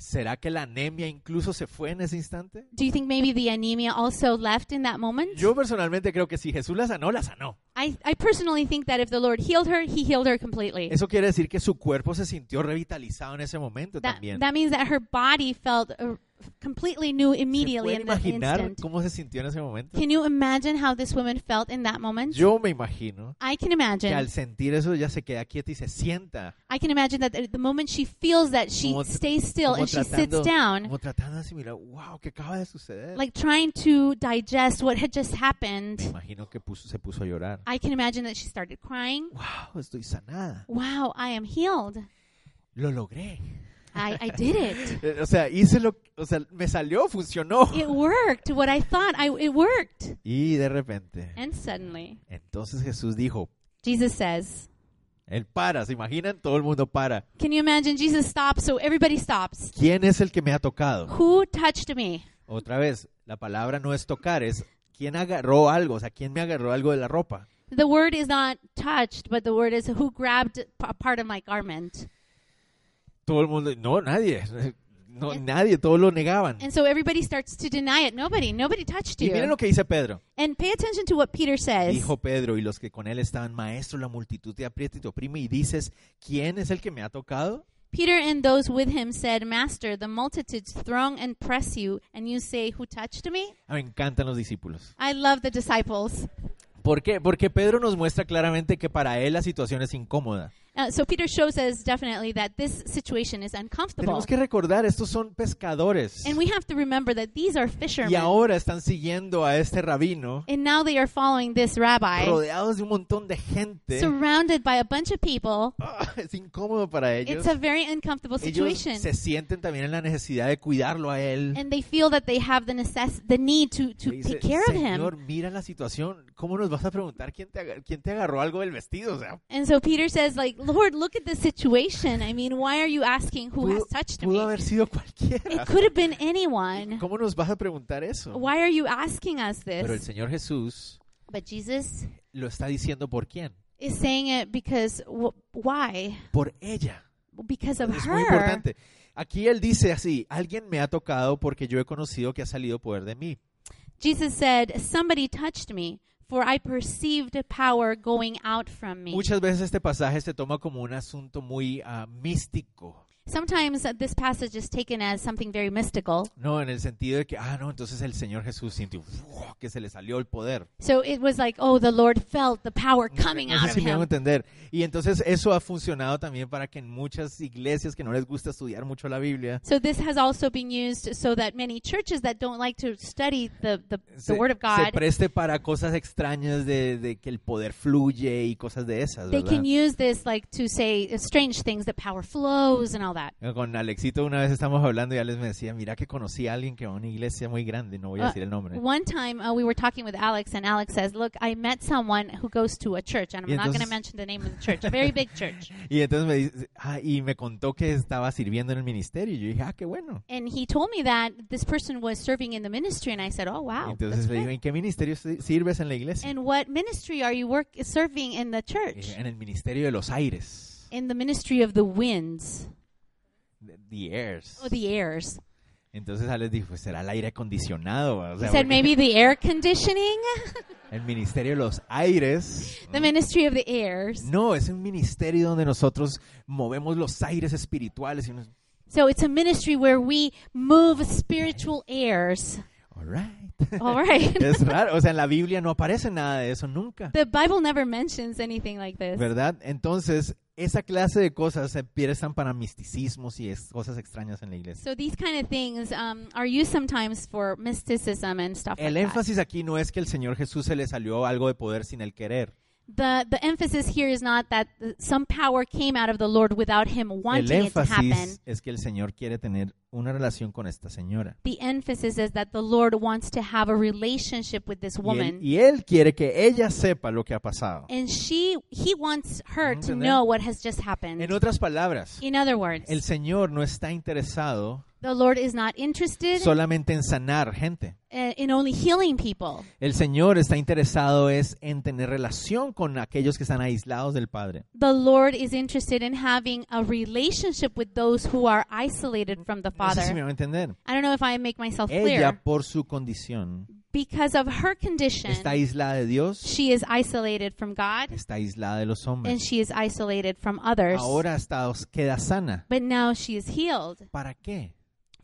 ¿Será que la anemia incluso se fue en ese instante? Do you think maybe the anemia also left in that moment? Yo personalmente creo que si Jesús la sanó, la sanó. I, I personally think that if the Lord healed her, he healed her completely. Eso quiere decir que su cuerpo se sintió revitalizado en ese momento That, también. that means that her body felt uh, completely new ¿Se immediately pueden in that imaginar instant. cómo se sintió en ese momento? Can you imagine how this woman felt in that moment? Yo me imagino I can que al imagine. sentir eso ella se queda quieta y se sienta, I can imagine that at the moment she feels that she Como tr- stays still como and she tratando, sits down, como tratando de asimilar, wow, ¿qué acaba de suceder? like trying to digest what had just Me happened. imagino que puso- se puso a llorar. I can imagine that she started crying. Wow, estoy sanada. Wow, I am healed. Lo logré. I, I did it. Eh, O sea, hice lo, o sea, me salió, funcionó. It worked. What I thought, I it worked. Y de repente, And suddenly, entonces Jesús dijo, Jesus says, él para, se imaginan, todo el mundo para. "Can you imagine? Jesus stops, so everybody stops. ¿Quién es el que me ha tocado? Who touched me? Otra vez, la palabra no es tocar, es quién agarró algo, o sea, quién me agarró algo de la ropa. The word is not touched, but the word is who grabbed p- a part of my garment. Todo el mundo, no, nadie, *laughs* no, nadie, todos lo negaban. And so everybody starts to deny it. Nobody, nobody touched Y miren you. lo que dice Pedro. And pay attention to what Peter says. Dijo Pedro y los que con él estaban, maestro, la multitud te aprieta y te oprime y dices, ¿quién es el que me ha tocado? Peter and those with him said, "Master, the multitudes throng and press you, and you say, who touched me?" Ah, Me encantan los discípulos. I love the disciples. ¿Por qué? Porque Pedro nos muestra claramente que para él la situación es incómoda. Uh, so Peter shows us definitely that this situation is uncomfortable. Tenemos que recordar, estos son pescadores. And we have to remember that these are fishermen. Y ahora están siguiendo a este rabino, and now they are following this rabbi, rodeados de un montón de gente. surrounded by a bunch of people. Ah, *laughs* es incómodo para ellos. It's a very uncomfortable Ellos situation. se sienten también en la necesidad de cuidarlo a él. And they feel that they have the necess- the need to, Le to dice, take care of him. Señor, mira la situación. ¿Cómo nos vas a preguntar quién te, aga- quién te agarró algo del vestido? O sea, And so Peter says, like, Lord, look at this situation. I mean, why are you asking who has pudo, touched pudo me? haber sido It cualquiera. could have been anyone. ¿Cómo nos vas a preguntar eso? Why are you asking us Pero el this? Señor Jesús But Jesus lo está diciendo por quién. is saying it because wh- why? Por ella. Because of Es muy her. importante. Aquí él dice así, alguien me ha tocado porque yo he conocido que ha salido poder de mí. Jesus said, Somebody touched me, for I perceived a power going out from me. Muchas veces este pasaje se toma como un asunto muy ah, místico, Sometimes uh, this passage is taken as something very mystical. ¿no? En el sentido de que, ah, no, entonces el Señor Jesús sintió ¡fua! que se le salió el poder. So it was like, oh, the Lord felt the power coming No out sé of si me hago him. entender. Y entonces eso ha funcionado también para que en muchas iglesias que no les gusta estudiar mucho la Biblia, So this has also been used so that many churches that don't like to study the, the, se, the Word of se God, preste para cosas extrañas de, de que el poder fluye y cosas de esas, they ¿verdad? can use this like to say uh, strange things, that power flows and all that. Con Alexito una vez estamos hablando y Alex me decía, mira que conocí a alguien que va a una iglesia muy grande, no voy a Ah, decir el nombre. One time uh, we were talking with Alex, and Alex says, look, I met someone who goes to a church, and I'm Y not going to entonces- mention the name of the church, a very big church. Y entonces me dice, ah, y me contó que estaba sirviendo en el ministerio. Y yo dije, ah, qué bueno. And he told me that this person was serving in the ministry, and I said, oh, wow. that's entonces le digo, great. ¿en qué ministerio si- sirves en la iglesia? And what ministry are you work serving in the Y church? dije, En el ministerio de los aires. in the ministry of the winds The airs. or Oh, the airs. Entonces Alex dijo, pues será el aire acondicionado. o He sea, said porque maybe the air conditioning, El ministerio de los aires. the ministry of the airs. No, es un ministerio donde nosotros movemos los aires espirituales. Y uno- So it's a ministry where we move spiritual *laughs* airs. All right. *laughs* All right. Es raro, o sea, en la Biblia no aparece nada de eso nunca, the Bible never mentions anything like this. ¿verdad? Entonces, esa clase de cosas empiezan para misticismos y es- cosas extrañas en la iglesia. So these kind of things um, are used sometimes for mysticism and stuff El like that. énfasis aquí no es que el Señor Jesús se le salió algo de poder sin el querer. The the emphasis here is not that th- some power came out of the Lord without him El wanting it to happen. énfasis es que el Señor quiere tener una relación con esta señora. The emphasis is that the Lord wants to have a relationship with this Y él, woman. y él quiere que ella sepa lo que ha pasado. and she he wants her to ¿Entendés? know what has just happened. En otras palabras, In other words, el Señor no está interesado the Lord is not interested solamente en sanar gente. uh, in only healing people. El Señor está interesado es en tener relación con aquellos que están aislados del Padre. The Lord is interested in having a relationship with those who are isolated from the No sé si Father. me va a entender. I don't know if I make myself clear. Ella, por su condición, Because of her condition, está aislada de Dios, she is isolated from God está aislada de los and hombres. she is isolated from others. Ahora está, os queda sana. But now she is healed. ¿Para qué?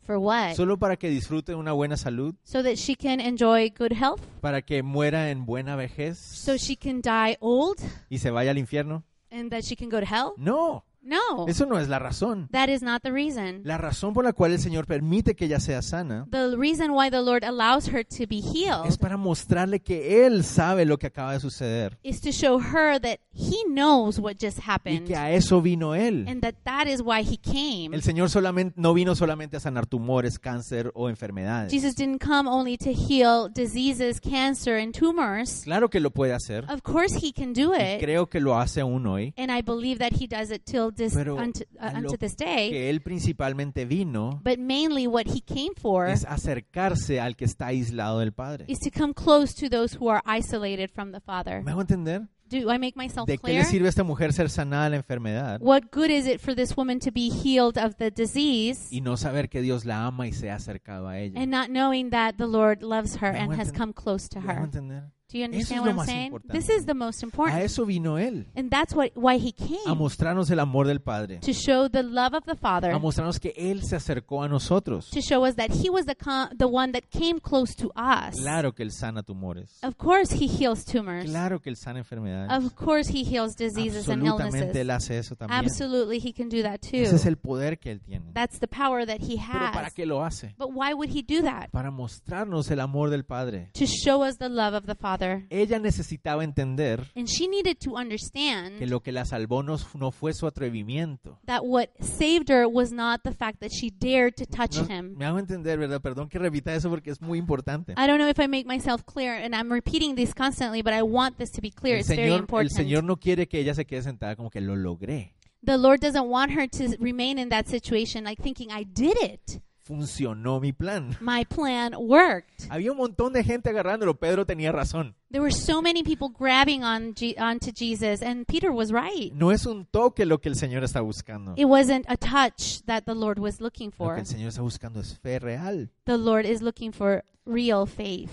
For what? ¿Solo para que disfrute una buena salud? So that she can enjoy good health, ¿Para que muera en buena vejez? so she can die old, ¿Y se vaya al infierno? and that she can go to hell? No, No. eso no es la razón. That is not the reason. La razón por la cual el Señor permite que ella sea sana The reason why the Lord allows her to be es healed para mostrarle que Él sabe lo que acaba de suceder is to show her that he knows what just y happened. que a eso vino Él. and that that is why he came. El Señor solamente, no vino solamente a sanar tumores, cáncer o enfermedades. Jesus didn't come only to heal diseases, cancer, and tumors. Claro que lo puede hacer. Of course, he can do y it, Creo que lo hace aún hoy. and I believe that he does it till this Pero unto, uh, a lo unto this day. Que Él principalmente vino But mainly, what he came for es acercarse al que está aislado del Padre. is to come close to those who are isolated from the Father. ¿Me hago entender? Do I make myself ¿De qué clear? le sirve a esta mujer ser sanada de la enfermedad What good is it for this woman to be healed of the disease y no saber que Dios la ama y se ha acercado a ella? and not knowing that the Lord loves her Me and hago has enten- come close to ¿Me hago her? entender? Do you es understand lo what I'm más saying? This importante. is the most A important. eso vino Él, And that's what why he a came mostrarnos el amor del Padre, to show the love of the Father, a mostrarnos que Él se acercó a nosotros. to show us that he was the com- the one that came close to us. Claro que Él sana tumores, Of course he heals tumors. claro que Él sana enfermedades. Of course he heals diseases and Absolutamente Él illnesses. hace eso también. Absolutely he can do that too. Ese es el poder que Él tiene. That's the power that he Pero ¿para has. qué lo hace? But why would he do that? Para mostrarnos el amor del Padre. To show us the love of the Father. Ella necesitaba entender And she needed to que understand lo que la salvó no, no fue su atrevimiento. that what saved her was not the fact that she dared to touch No, him. me hago entender, ¿verdad? Perdón que repita eso porque es muy importante. I don't know if I make myself clear, and I'm repeating this constantly, but I want this to be clear. El It's very señor, el important. señor no quiere que ella se quede sentada como que lo logré. The Lord doesn't want her to remain in that situation, like thinking, I did it. Funcionó mi plan. My plan worked. Había un montón de gente agarrándolo. Pedro tenía razón. There were so many people grabbing on Je- onto Jesus, and Peter was right. No es un toque lo que el Señor está buscando. It wasn't a touch that the Lord was looking Lo que for. el Señor está buscando es fe real. The Lord is looking for real faith,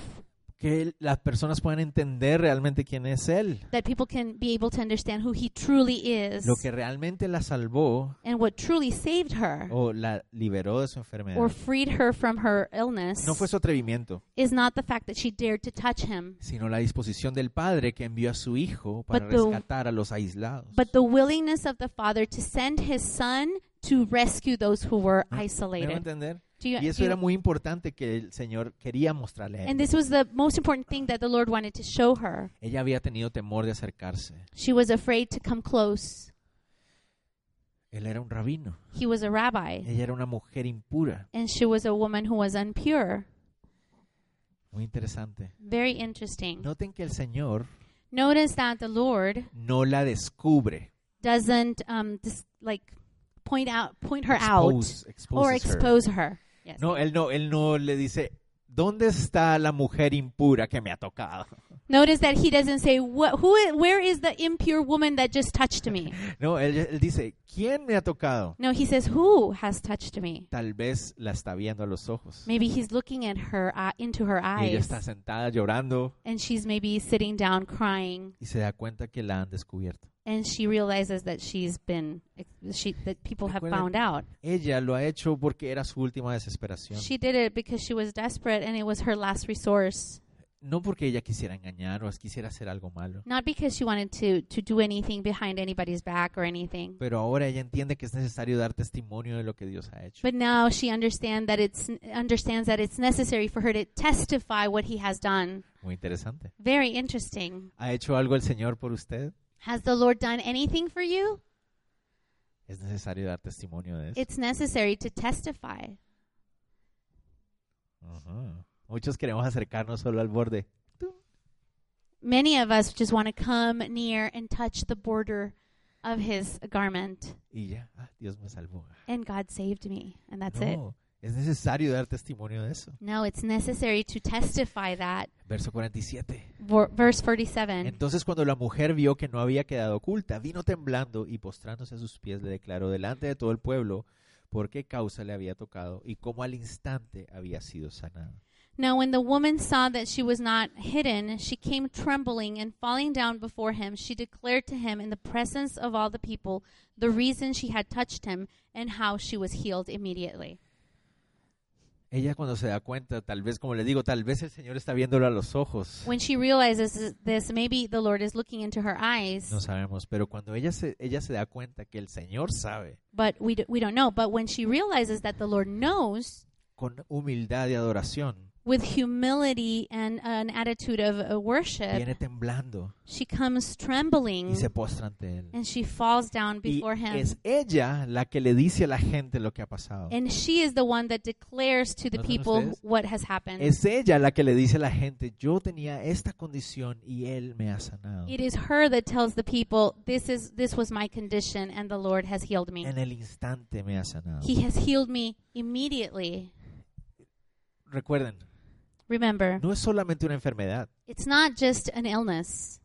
Que él- las personas puedan entender realmente quién es Él. that people can be able to understand who He truly is Lo que realmente la salvó and what truly saved her o la liberó de su enfermedad. or freed her from her illness. No fue su atrevimiento, is not the fact that she dared to touch him, sino la disposición del Padre que envió a su Hijo para But the- rescatar a los aislados. but the willingness of the father to send his son to rescue those who were Ah, ¿Me- me hago isolated. entender? Do you, Y do eso you- era muy importante que el Señor quería mostrarle a and ella. this was the most important thing that the Lord wanted to show her. Ella había tenido temor de acercarse. She was afraid to come close. Él era un rabino. He was a rabbi, Ella era una mujer impura. and she was a woman who was unpure. Muy interesante. Very interesting. Noten que el Señor Notice that the Lord no la descubre. doesn't um, dis- like point out, point her Expose- out, or exposes her. eh. expose her. Yes. No, él no, él no le dice, ¿dónde está la mujer impura que me ha tocado? Notice that he doesn't say, "Wh- who, i- where is the impure woman that just touched me? No, él, él dice, ¿quién me ha tocado? No, he says, who has touched me? Tal vez la está viendo a los ojos. Maybe he's looking at her uh, into her Y ella eyes, está sentada llorando and she's maybe sitting down crying, y se da cuenta que la han descubierto. and she realizes that she's been she that people have Recuerden- found out. Ella lo ha hecho porque era su última desesperación. She did it because she was desperate, and it was her last resource. No porque ella quisiera engañar o quisiera hacer algo malo. Not because she wanted to to do anything behind anybody's back or anything. Pero ahora ella entiende que es necesario dar testimonio de lo que Dios ha hecho. But now she understand that it's understands that it's necessary for her to testify what he has done. Muy interesante. Very interesting. ¿Ha hecho algo el Señor por usted? Has the Lord done anything for you? Es necesario dar testimonio de eso. It's necessary to testify. Ujú. Muchos queremos acercarnos solo al borde. Many of us just want to come near and touch the border of his garment. Y ya, ah, Dios me salvó. And God saved me. And that's it. No, es necesario dar testimonio de eso. No, it's necessary to testify that. Verso 47. Vor- Verse 47. Entonces cuando la mujer vio que no había quedado oculta, vino temblando y postrándose a sus pies le declaró delante de todo el pueblo por qué causa le había tocado y cómo al instante había sido sanada. Now, when the woman saw that she was not hidden, she came trembling and falling down before him. She declared to him in the presence of all the people the reason she had touched him and how she was healed immediately. Ella cuando se da cuenta, tal vez, como les digo, tal vez el Señor está viéndolo a los ojos. When she realizes this, maybe the Lord is looking into her eyes, No sabemos, pero cuando ella se, ella se da cuenta que el Señor sabe, but we, d- we don't know. But when she realizes that the Lord knows, con humildad y adoración, with humility and an attitude of uh, worship, viene temblando she comes y trembling se postra ante Él. Mm. and she falls down Y before him. es ella la que le dice a la gente lo que ha pasado. And she is the one that declares to the ¿No son people ustedes? what has happened. Es ella la que le dice a la gente, yo tenía esta condición y Él me ha sanado. it is her that tells the people, "This is this was my condition, and the Lord has healed me. En el instante me ha sanado. He has healed me immediately." Recuerden, Remember, no es solamente una enfermedad. it's not just an illness.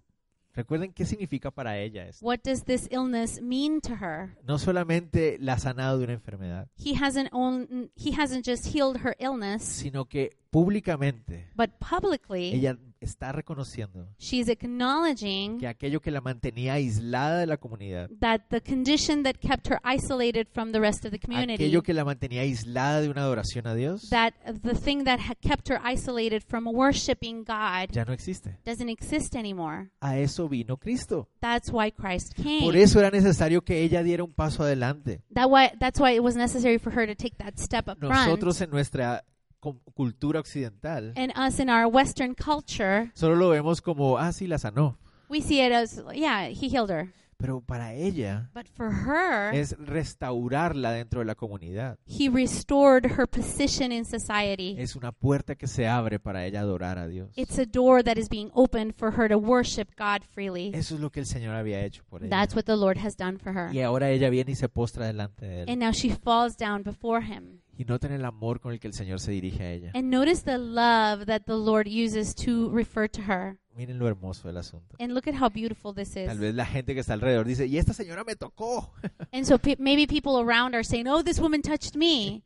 Recuerden qué significa para ella esto. What does this illness mean to her? No solamente la ha sanado de una enfermedad, He hasn't own, he hasn't just healed her illness, sino que públicamente but publicly ella está reconociendo she's acknowledging que aquello que la mantenía aislada de la comunidad, that the condition that kept her isolated from the rest of the community aquello que la mantenía aislada de una adoración a Dios, that the thing that had kept her isolated from worshiping God ya no existe. doesn't exist anymore. A eso vino Cristo. That's why Christ came. Por eso era necesario que ella diera un paso adelante. that why that's why it was necessary for her to take that step up front. Nosotros en nuestra com- cultura occidental And us in our Western culture, solo lo vemos como, ah, sí, la sanó. we see it as yeah, he healed her. Pero para ella But for her, es restaurarla dentro de la comunidad. he restored her position in society. Es una puerta que se abre para ella adorar a Dios. It's a door that is being opened for her to worship God freely. Eso es lo que el Señor había hecho por ella. That's what the Lord has done for her. Y ahora ella viene y se postra delante de él. And now she falls down before him. Y noten el amor con el que el Señor se dirige a ella. And notice the love that the Lord uses to refer to her. Miren lo hermoso del asunto. And look at how beautiful this Tal is. vez la gente que está alrededor dice, y esta señora me tocó. *laughs* And so pe- maybe people around are saying, Oh, this woman touched me.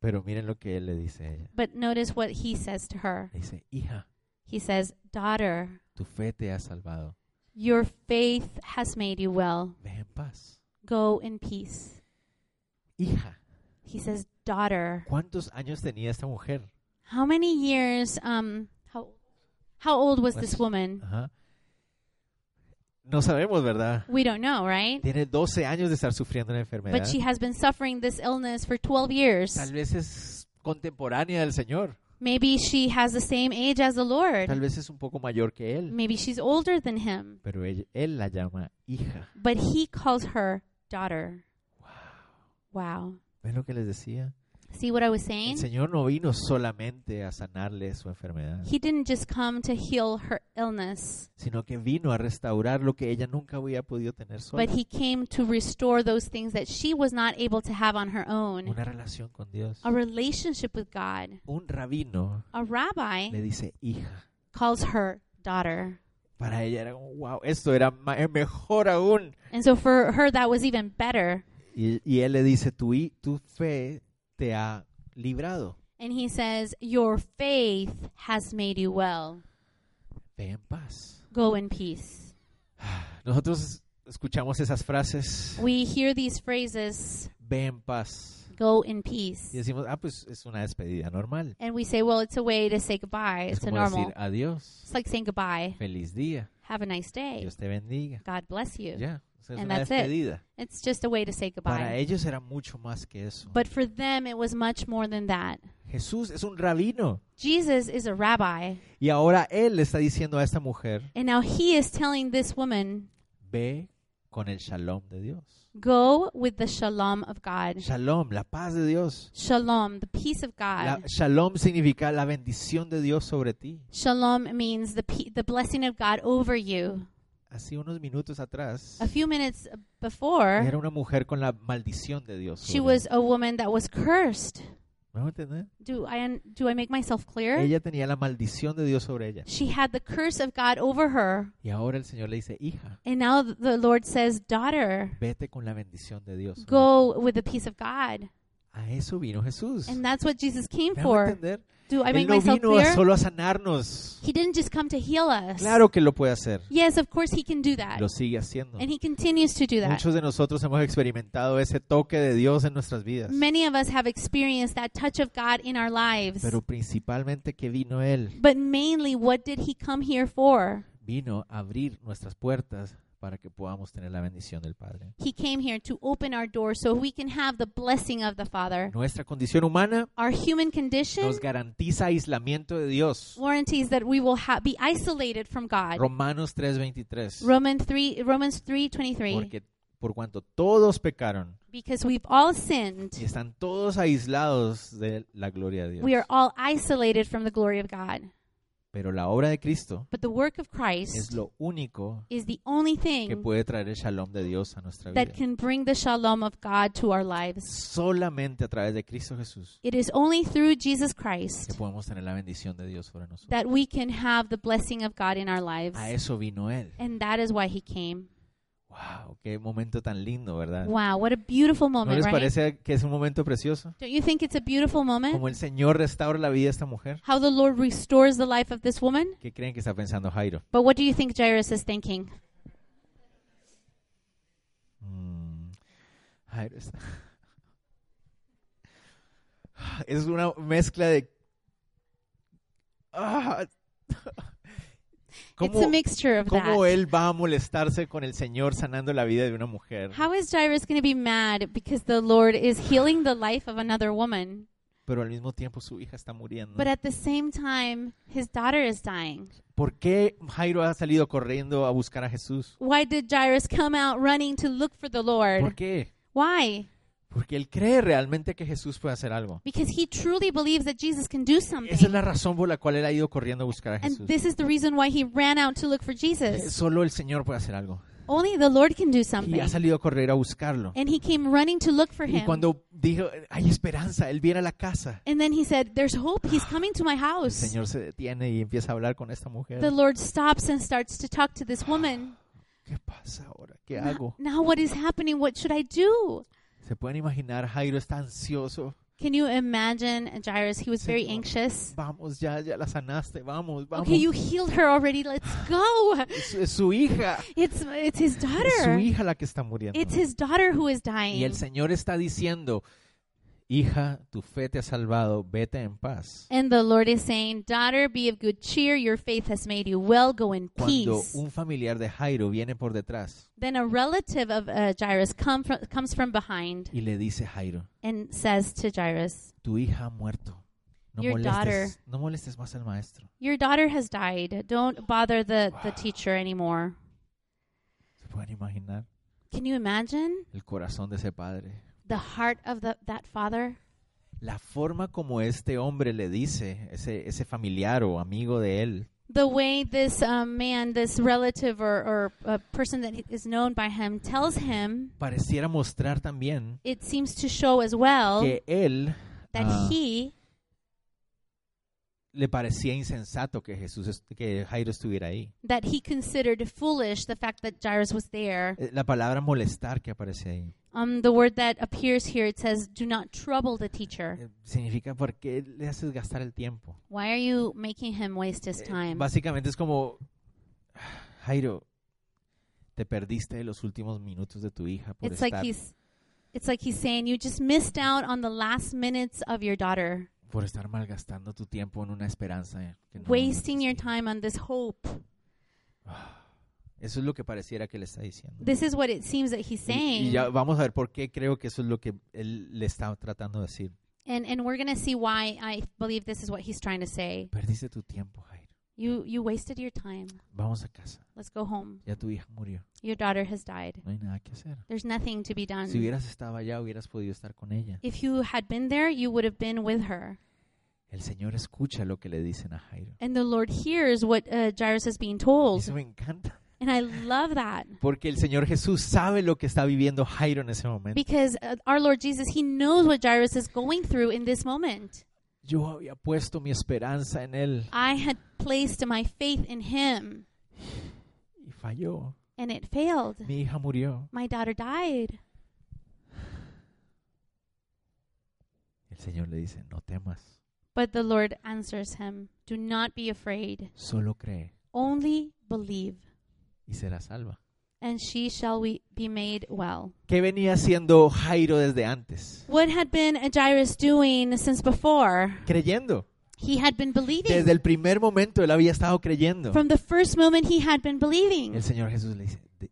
Pero miren lo que él le dice a ella. But notice what he says to her. Le dice, hija, He says, Daughter, tu fe te ha salvado. your faith has made you well. Ve en paz. Go in peace. Hija, He says, Daughter. ¿Cuántos años tenía esta mujer? How many years, um, how, how old was this woman? Ajá. No sabemos, ¿verdad? We don't know, right? Tiene 12 años de estar sufriendo una enfermedad. But she has been suffering this illness for 12 years. Tal vez es contemporánea del Señor. Maybe she has the same age as the Lord. Tal vez es un poco mayor que él. Maybe she's older than him, Pero él, él la llama hija. but he calls her daughter. Wow. ¿Ven lo que les decía? See what I was El saying? Señor no vino solamente a sanarle su enfermedad, He didn't just come to heal her illness, sino que vino a restaurar lo que ella nunca había podido tener sola. but he came to restore those things that she was not able to have on her own Una relación con Dios. a relationship with God. Un rabino A rabbi le dice hija. calls her daughter. Para ella era como, wow, esto era ma- eh, mejor aún. And so for her, that was even better. Y, y él le dice, tu, hi- tu fe te ha librado. And he says, Your faith has made you well. Ve en paz. Go in peace. Nosotros escuchamos esas frases, We hear these phrases, ve en paz. go in Y peace. decimos, ah, pues es una despedida normal. And we say, Well, it's a way to say goodbye. Es It's a como decir normal. adiós, It's like saying goodbye. feliz día, Have a nice day. Dios te bendiga. God bless you. Ya, o sea, es And una that's it. despedida. It's just a way to say Para goodbye. ellos era mucho más que eso. But for them, it was much more than that. Jesús es un rabino. Jesus is a rabbi. Y ahora él le está diciendo a esta mujer, And now he is telling this woman, ve con el shalom de Dios. Go with the shalom of God. Shalom, la paz de Dios. Shalom, the peace of La- God. shalom significa la bendición de Dios sobre ti. Shalom means the pe- the blessing of God over you. Así unos minutos atrás, A few minutes before, era una mujer con la maldición de Dios. she sobre was a woman that was cursed. ella. ¿Me hago entender? Do I un- do I make myself clear? Ella tenía la maldición de Dios sobre ella. She had the curse of God over her, Y ahora el Señor le dice, hija, and now th- the Lord says, "Daughter, vete con la bendición de Dios. go with the peace of God." A eso vino Jesús. And that's what Jesus came ¿Me hago for. entender? Do I Él make no myself vino a clear? solo a sanarnos. He didn't just come to heal us. Claro que lo puede hacer. Yes, of course he can do that. Lo sigue haciendo. And he continues to do that. Muchos de nosotros hemos experimentado ese toque de Dios en nuestras vidas. Many of us have experienced that touch of God in our lives. Pero principalmente que vino Él, But mainly, what did he come here for? vino a abrir nuestras puertas para que podamos tener la bendición del Padre. He came here to open our door so we can have the blessing of the Father. Nuestra condición humana Our human condition nos garantiza aislamiento de Dios. warranties that we will ha- be isolated from God. Romanos 3:23. Romans 3 Romans 3:23 Porque por cuanto todos pecaron Because we've all y sinned. están todos aislados de la gloria de Dios. We are all isolated from the glory of God. Pero la obra de Cristo But the work of es Christ lo único is the only que thing puede traer el shalom de Dios a nuestra vida. that can bring the shalom of God to our lives. Solamente a través de Cristo Jesús It is only through Jesus que Christ podemos tener la bendición de Dios sobre nosotros. that we can have the blessing of God in our lives. A eso vino Él. And that is why he came. ¡Wow! ¡Qué momento tan lindo, verdad? Wow, what a beautiful ¿No moment, les right? parece que es un momento precioso? Don't you think it's a beautiful moment? Como el Señor restaura la vida de esta mujer. How the Lord restores the life of this woman? ¿Qué creen que está pensando Jairo? But what do you think Jairus is thinking? Mm, Jairo está- *laughs* Es una mezcla de... Ah. it's ¿Cómo, a mixture of that. cómo él va a molestarse con el Señor sanando la vida de una mujer? How is Jairus going to be mad because the Lord is healing the life of another woman, Pero al mismo tiempo su hija está muriendo. but at the same time, his daughter is dying? ¿Por qué Jairo ha salido corriendo a buscar a Jesús? Why did Jairus come out running to look for the ¿Por Lord? qué? Why? Porque él cree realmente que Jesús puede hacer algo. Because he truly believes that Jesus can do Esa es something. la razón por la cual él ha ido corriendo a buscar a And Jesús. this is the reason why he ran out to look for Jesus. Solo el Señor puede hacer algo. Only the Lord can do Y ha something. salido a correr a buscarlo. And he came running to look for Y him. cuando dijo, hay esperanza, él viene a la casa. And then he said, There's hope. *sighs* He's coming to my El house. Señor se detiene y empieza a hablar con esta Pues The mujer. Lord stops and starts to talk to this woman. ¿Qué pasa ahora? ¿Qué Now, hago? now what is happening? What should I do? ¿Se pueden imaginar? Jairo está ansioso. Can you imagine Jairus? He was very Señor. anxious. Vamos, ya, ya la sanaste. Vamos, vamos. Okay, you healed her already. Let's go. Es, su- es su hija. It's it's his Es su daughter. hija la que está muriendo. It's his daughter who is Y el dying. Señor está diciendo, hija, tu fe te ha salvado, vete en paz. And the Lord is saying, Daughter, be of good cheer. Your faith has made you well. Go in Cuando peace. un familiar de Jairo viene por detrás Then a relative of uh, Jairus come from, comes from behind y le dice, Jairo, and says to Jairus, tu hija ha muerto. No Your molestes, no molestes más al maestro. Your daughter has died. Don't bother the, the teacher anymore. ¿Se pueden imaginar Can you imagine el corazón de ese padre? the heart of the, that father? La forma como este hombre le dice, ese, ese familiar o amigo de él, The way this um, man, this relative or, or uh, person that is known by him tells him, pareciera mostrar también it seems to show as well que él that ah, he le parecía insensato que Jesús est- que Jairo estuviera ahí. that he considered foolish the fact that Jairus was there. Eh, La palabra molestar que aparece ahí Um, the word that appears here it says, "Do not trouble the teacher." eh, significa ¿por qué le haces gastar el tiempo? Why are you making him waste his Eh, time? Básicamente es como "Ah, Jairo te perdiste de los últimos minutos de tu hija por It's like estar he's, it's like he's saying you just missed out on the last minutes of your daughter, por estar malgastando tu tiempo en una esperanza que no wasting your existía. time on this hope. Eso es lo que pareciera que le está diciendo. This is what it seems that he's Y- Y saying, ya vamos a ver por qué creo que eso es lo que él le está tratando de decir. and and we're gonna see why I believe this is what he's trying to say. Perdiste tu tiempo, Jairo. You you wasted your time. Vamos a casa. Let's go home. Ya tu hija murió. Your daughter has died. No hay nada que hacer. There's nothing to be done. Si hubieras estado allá, hubieras podido estar con ella. If you had been there, you would have been with her. El Señor escucha lo que le dicen a Jairo. And the Lord hears what uh, Jairus is being Eso told. me encanta. And I love that Porque el Señor Jesús sabe lo que está viviendo Jairo en ese momento. because uh, our Lord Jesus, he knows what Jairus is going through in this moment. Yo había puesto mi esperanza en Él I had placed my faith in him y falló. and it failed. Mi hija murió. My daughter died. El Señor le dice, no temas, But the Lord answers him Do not be afraid, solo cree only believe, y será salva. and she shall we be made well. ¿Qué venía haciendo Jairo desde antes? What had been Jairus doing since before? Creyendo. He had been believing. Desde el primer momento él había estado creyendo. From the first moment he had been believing. El Señor Jesús le dice, "De-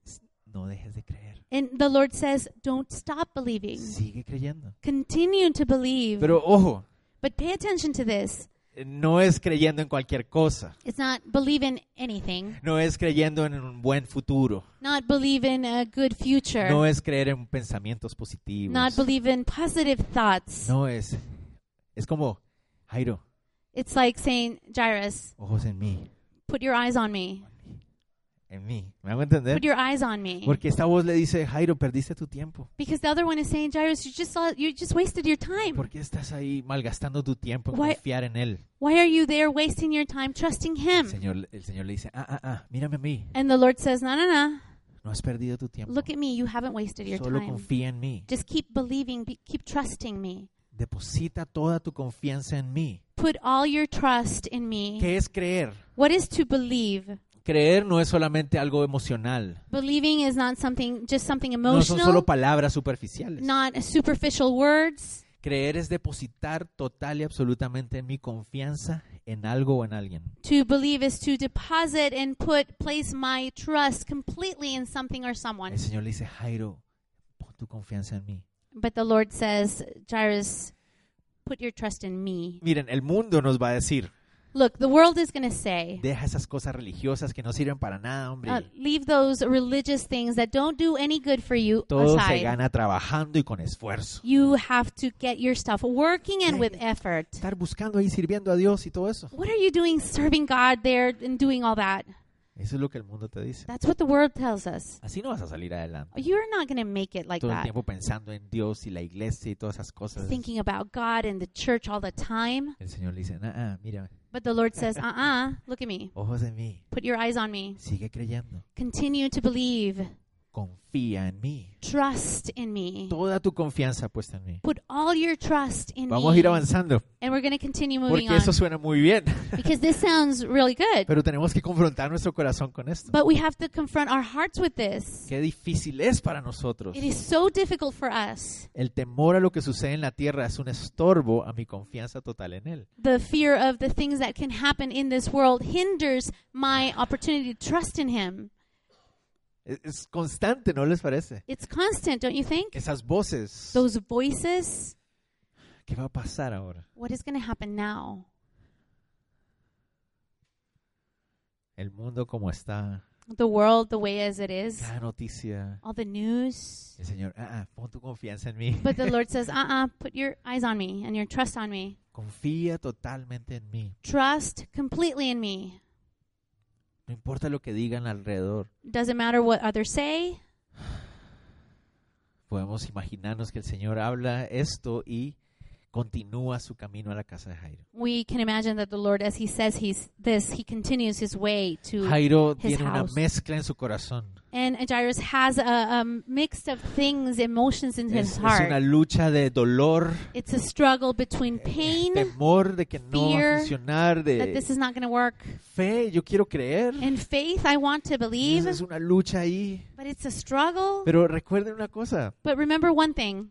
no dejes de creer, And the Lord says, don't stop believing. sigue creyendo. Continue to believe. Pero ojo, eh, But pay attention to this. no es creyendo en cualquier cosa. It's not believe in anything, No es creyendo en un buen futuro. not believe in a good future, No es creer en pensamientos positivos. not believe in positive thoughts. No es. Es como, Jairo, It's like saying, Jairus, ojos en mí. put your eyes on me. En mí. ¿Me hago entender? Put your eyes on me. Porque esta voz le dice, Jairo, perdiste tu tiempo. Because the other one is saying, Jairus, you just saw, you just wasted your time. ¿Por qué estás ahí malgastando tu tiempo en Why- confiar en Él? Why are you there wasting your time trusting El him? Señor, el Señor le dice, ah, ah, ah, mírame a mí. And the Lord says, No, no, no. No has perdido tu tiempo. Look at me. You haven't wasted your Solo time. confía en mí. Just keep believing, be, keep trusting me. Deposita toda tu confianza en mí. Put all your trust in me. ¿Qué es creer? What is to believe? Creer no es solamente algo emocional. Believing is not something just something No son solo emotional, palabras superficiales. not superficial words. Creer es depositar total y absolutamente mi confianza en algo o en alguien. To believe is to deposit and put place my trust completely in something or someone. El Señor le dice, Jairo, pon tu confianza en mí. But the Lord says, Jairus, put your trust in me. Miren, el mundo nos va a decir, Look, the world is going to say, deja esas cosas religiosas que no sirven para nada, hombre. uh, leave those religious things that don't do any good for you Todo se aside. gana trabajando y con esfuerzo. You have to get your stuff working and with effort. Estar buscando ahí, sirviendo a Dios y todo eso. What are you doing serving God there and doing all that? Eso es lo que el mundo te dice. That's what the world tells us. Así no vas a salir adelante. You're not going to make it like Todo el that. tiempo pensando en Dios y la iglesia y todas esas cosas. Thinking about God and the church all the time. El Señor le dice, ah, ah, mira, But the Lord *laughs* says, uh uh look at me. ojos en mí, Put your eyes on me. sigue creyendo, Continue to believe. confía en mí. Trust in me. Toda tu confianza puesta en mí. Put all your trust in Vamos a me. ir avanzando, And we're going to continue moving porque on. eso suena muy bien, *laughs* Because this sounds really good. pero tenemos que confrontar nuestro corazón con esto. But we have to confront our hearts with this. Qué difícil es para nosotros. It is so difficult for us. El temor a lo que sucede en la tierra es un estorbo a mi confianza total en Él. the fear of the things that can happen in this world hinders my opportunity to trust in him. Es, es constante, ¿no les parece? It's constant, don't you think? Esas voces. Those voices, ¿Qué va a pasar ahora? what is going to happen now? El mundo como está, The world, the way as it is, cada noticia. all the news. El Señor, ah, ah, pon tu confianza en mí. But the Lord says, uh uh put your eyes on me and your trust on me. Confía totalmente en mí. Trust completely in me. No importa lo que digan alrededor. Doesn't matter what others say. Podemos imaginarnos que el Señor habla esto y continúa su camino a la casa de Jairo. We can imagine that the Lord, as He says he's this, He continues His way to. Jairo His tiene una house. mezcla en su corazón. And Jairus has a, a mix of things, emotions in Es, his es heart. una lucha de dolor, it's a struggle between pain, temor de que no va a fear, funcionar, that de this is not going to work, fe, yo quiero creer. and faith, I want to believe, Esa Es una lucha ahí. but it's a struggle. Pero recuerden una cosa, But remember one thing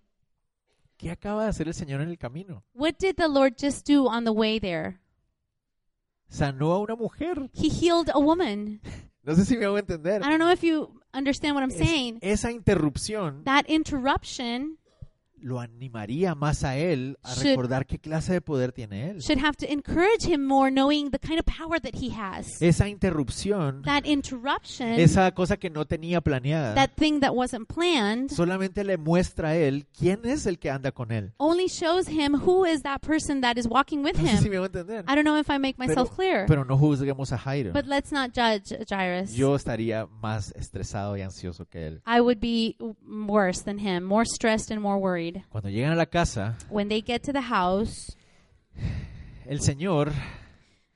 ¿qué acaba de hacer el Señor en el camino? what did the Lord just do on the way there? Sanó a una mujer. He healed a woman. No sé si me hago entender. I don't know if you understand what I'm Es- saying. esa interrupción That interruption lo animaría más a él a Should- recordar qué clase de poder tiene él. should have to encourage him more, knowing the kind of power that he has. Esa interrupción, That interruption, esa cosa que no tenía planeada, that thing that wasn't planned, solamente le muestra a él quién es el que anda con él. only shows him who is that person that is walking with No sé si him. me hago entender. I don't know if I make myself clear, Pero no juzguemos a Jairo. but let's not judge uh, Jairus. Yo estaría más estresado y ansioso que él. I would be worse than him, more stressed and more worried. Cuando llegan a la casa, When they get to the house, el Señor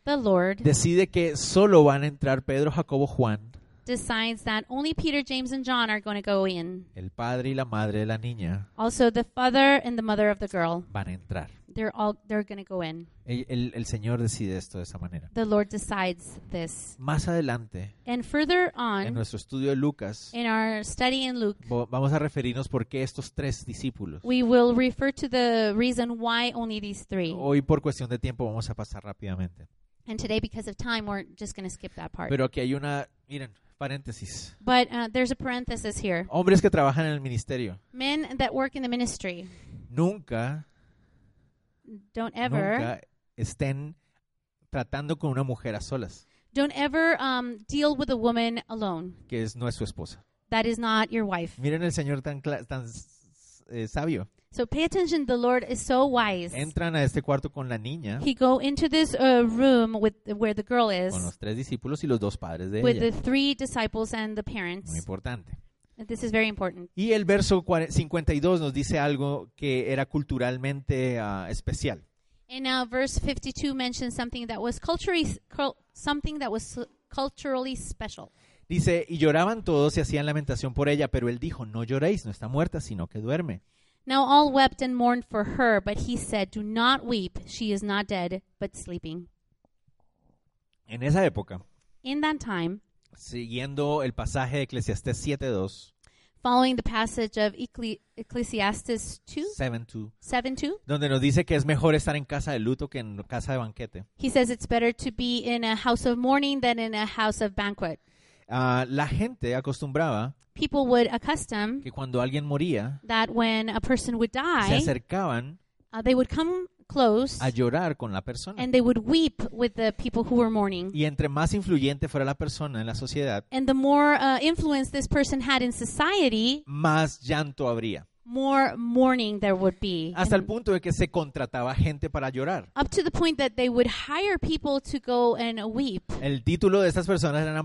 the Lord decide que solo van a entrar Pedro, Jacobo, Juan, decides that only Peter, James, and John are going to go in. el padre y la madre de la niña, Also, the father and the mother of the girl, van a entrar. they're all they're going to go in. El- el- el Señor decide esto de esa manera. The Lord decides this. Más adelante, And further en on nuestro estudio de Lucas, in our study in Luke, vo- vamos a referirnos por qué estos tres discípulos. we will refer to the reason why only these three. Hoy por cuestión de tiempo vamos a pasar rápidamente. And today, because of time, we're just going to skip that part. Pero aquí hay una, miren, paréntesis. But uh, there's a parenthesis here. Hombres que trabajan en el ministerio. Men that work in the ministry Nunca, don't ever nunca estén tratando con una mujer a solas, don't ever um, deal with a woman alone. que es, no es su esposa. That is not your wife. Miren el Señor tan, cla- tan eh, sabio. So pay attention. The Lord is so wise. Entran a este cuarto con la niña, He go into this uh, room with where the girl con is los tres discípulos y los dos padres de with the ella. three disciples and the Muy parents. importante. And This is very important. Y el verso cuare- 52 nos dice algo que era culturalmente ah, especial. And now verse 52 mentions something that was culturally cul- something that was culturally special. Dice, y lloraban todos y hacían lamentación por ella, pero él dijo, no lloréis, no está muerta, sino que duerme. Now all wept and mourned for her, but he said, "Do not weep. She is not dead, but sleeping." En esa época, In that time, siguiendo el pasaje de Eclesiastés 7.2, following the passage of Ecclesi- Ecclesiastes 2, 7.2, 7 2, donde nos dice que es mejor estar en casa de luto que en casa de banquete, he says it's better to be in a house of mourning than in a house of banquet. ah, la gente acostumbraba People would accustom que cuando alguien moría, that when a person would se die, acercaban uh, they would come close a llorar con la persona. and they would weep with the people who were mourning. Y entre más influyente fuera la persona en la sociedad, And the more uh, influence this person had in society, más llanto habría. more mourning there would be. Hasta el And punto de que se contrataba gente para llorar. up to the point that they would hire people to go and weep. El título de estas personas eran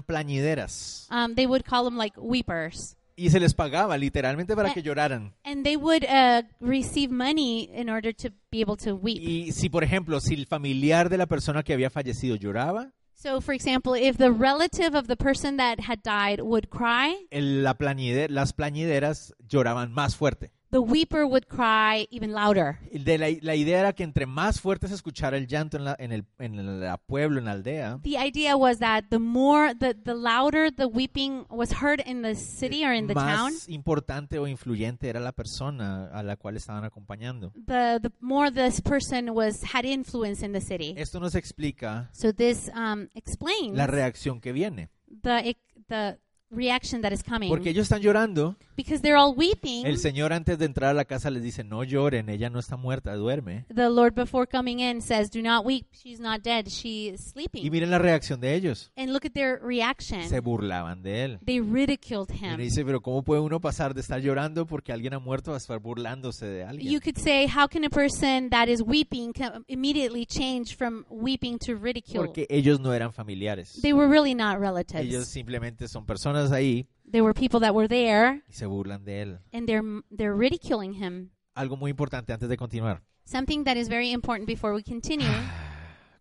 plañideras. Um, they would call them like weepers. Y se les pagaba literalmente para Eh. que lloraran. And they would uh, receive money in order to be able to weep. Y si, por ejemplo, si el familiar de la persona que había fallecido lloraba, So, for example, if the relative of the person that had died would cry, el- la plañide- las plañideras lloraban más fuerte. the weeper would cry even louder. Y de la, la idea era que entre más fuerte se escuchara el llanto en, la- en el, en el pueblo, en la aldea, The idea was that the more, the, the louder the weeping was heard in the city or in the town, más importante o influyente era la persona a la cual estaban acompañando. the, the more this person was had influence in the city. Esto nos explica So this um, explains Eh- la reacción que viene. the the reaction that is coming Porque ellos están llorando. because they're all weeping. El Señor antes de entrar a la casa les dice, no lloren, ella no está muerta, duerme. The Lord, before coming in, says, Do not weep. She's not dead. She is Y sleeping. miren la reacción de ellos. and look at their reaction. Se burlaban de él. they ridiculed Y uno him. dice, pero ¿cómo puede uno pasar de estar llorando porque alguien ha muerto a estar burlándose de You alguien? could say, How can a person that is weeping can immediately change from weeping to ridicule? Porque ellos no eran familiares. they were really not relatives. Ellos simplemente son personas ahí they were people that were there, y se burlan de él. and they're, they're ridiculing him. Algo muy importante antes de continuar. Something that is very important before we *sighs* continue.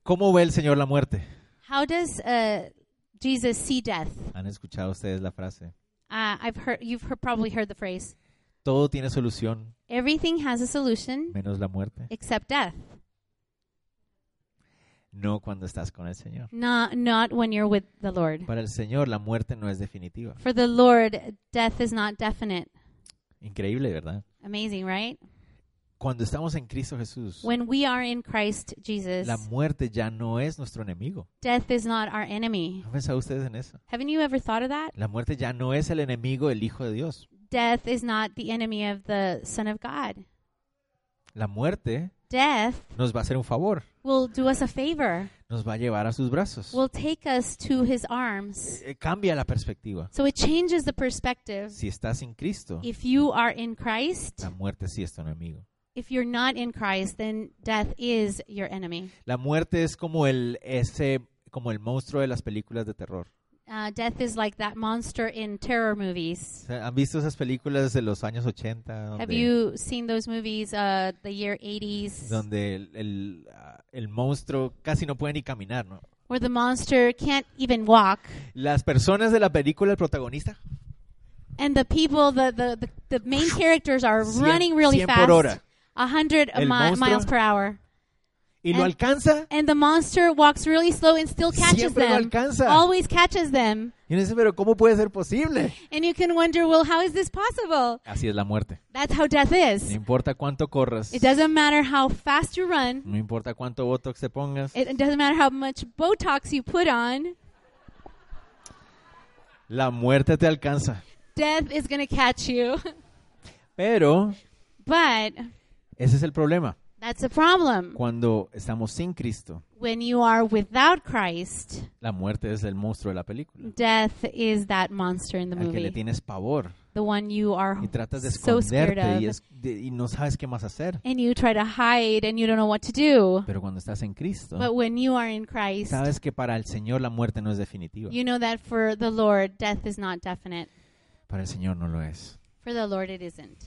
¿Cómo ve el Señor la muerte? How does uh, Jesus see death? Han escuchado ustedes la frase. Uh, I've heard you've heard, probably heard the phrase. Todo tiene solución, Everything has a solution menos la muerte. except death. No cuando estás con el Señor. Not not when you're with the Lord. Para el Señor la muerte no es definitiva. For the Lord, death is not definite. Increíble, ¿verdad? Amazing, right? Cuando estamos en Cristo Jesús, When we are in Christ Jesus, la muerte ya no es nuestro enemigo. death is not our enemy. ¿Han pensado ustedes en eso? Haven't you ever thought of that? La muerte ya no es el enemigo del Hijo de Dios. Death is not the enemy of the Son of God. La muerte Death nos va a hacer un favor. will do us a favor, Nos va a llevar a sus brazos. will take us to his arms. Eh, Cambia la perspectiva. So it changes the perspective. Si estás en Cristo, If you are in Christ, la muerte sí es tu enemigo. if you're not in Christ, then death is your enemy. La muerte es como el ese como el monstruo de las películas de terror. Uh, death is like that monster in terror O movies. sea, ¿Han visto esas películas de los años 80 Have donde, you seen those movies, uh, the year 80s, donde el, el, ah, el monstruo casi no puede ni caminar, ¿no? where the monster can't even walk? Las personas de la película, el protagonista, And the people, the, the, the, the main characters are 100 running really 100 fast. por hora. 100 mi- El monstruo. miles per hour. y lo And- alcanza, And the monster walks really slow and still catches siempre lo them. alcanza. Always catches them. Y uno dice, pero ¿cómo puede ser posible? And you can wonder, well, how is this possible? Así es la muerte. That's how death No is. importa cuánto corras, It doesn't matter how fast you run. no importa cuánto botox te pongas, It it doesn't matter how much Botox you put on. la muerte te alcanza. Death is going to catch you. *laughs* Pero But ese es el problema. that's a problem. Cuando estamos sin Cristo, When you are without Christ, la muerte es el monstruo de la película. death is that monster in the Al que le movie. tienes pavor The one you are y tratas de so scared esconderte of. y, es- de- y no sabes qué más hacer. And you try to hide and you don't know what to do. Pero cuando estás en Cristo, But when you are in Christ, sabes que para el Señor la muerte no es definitiva. you know that for the Lord, death is not definite. Para el Señor no lo es. For the Lord, it isn't.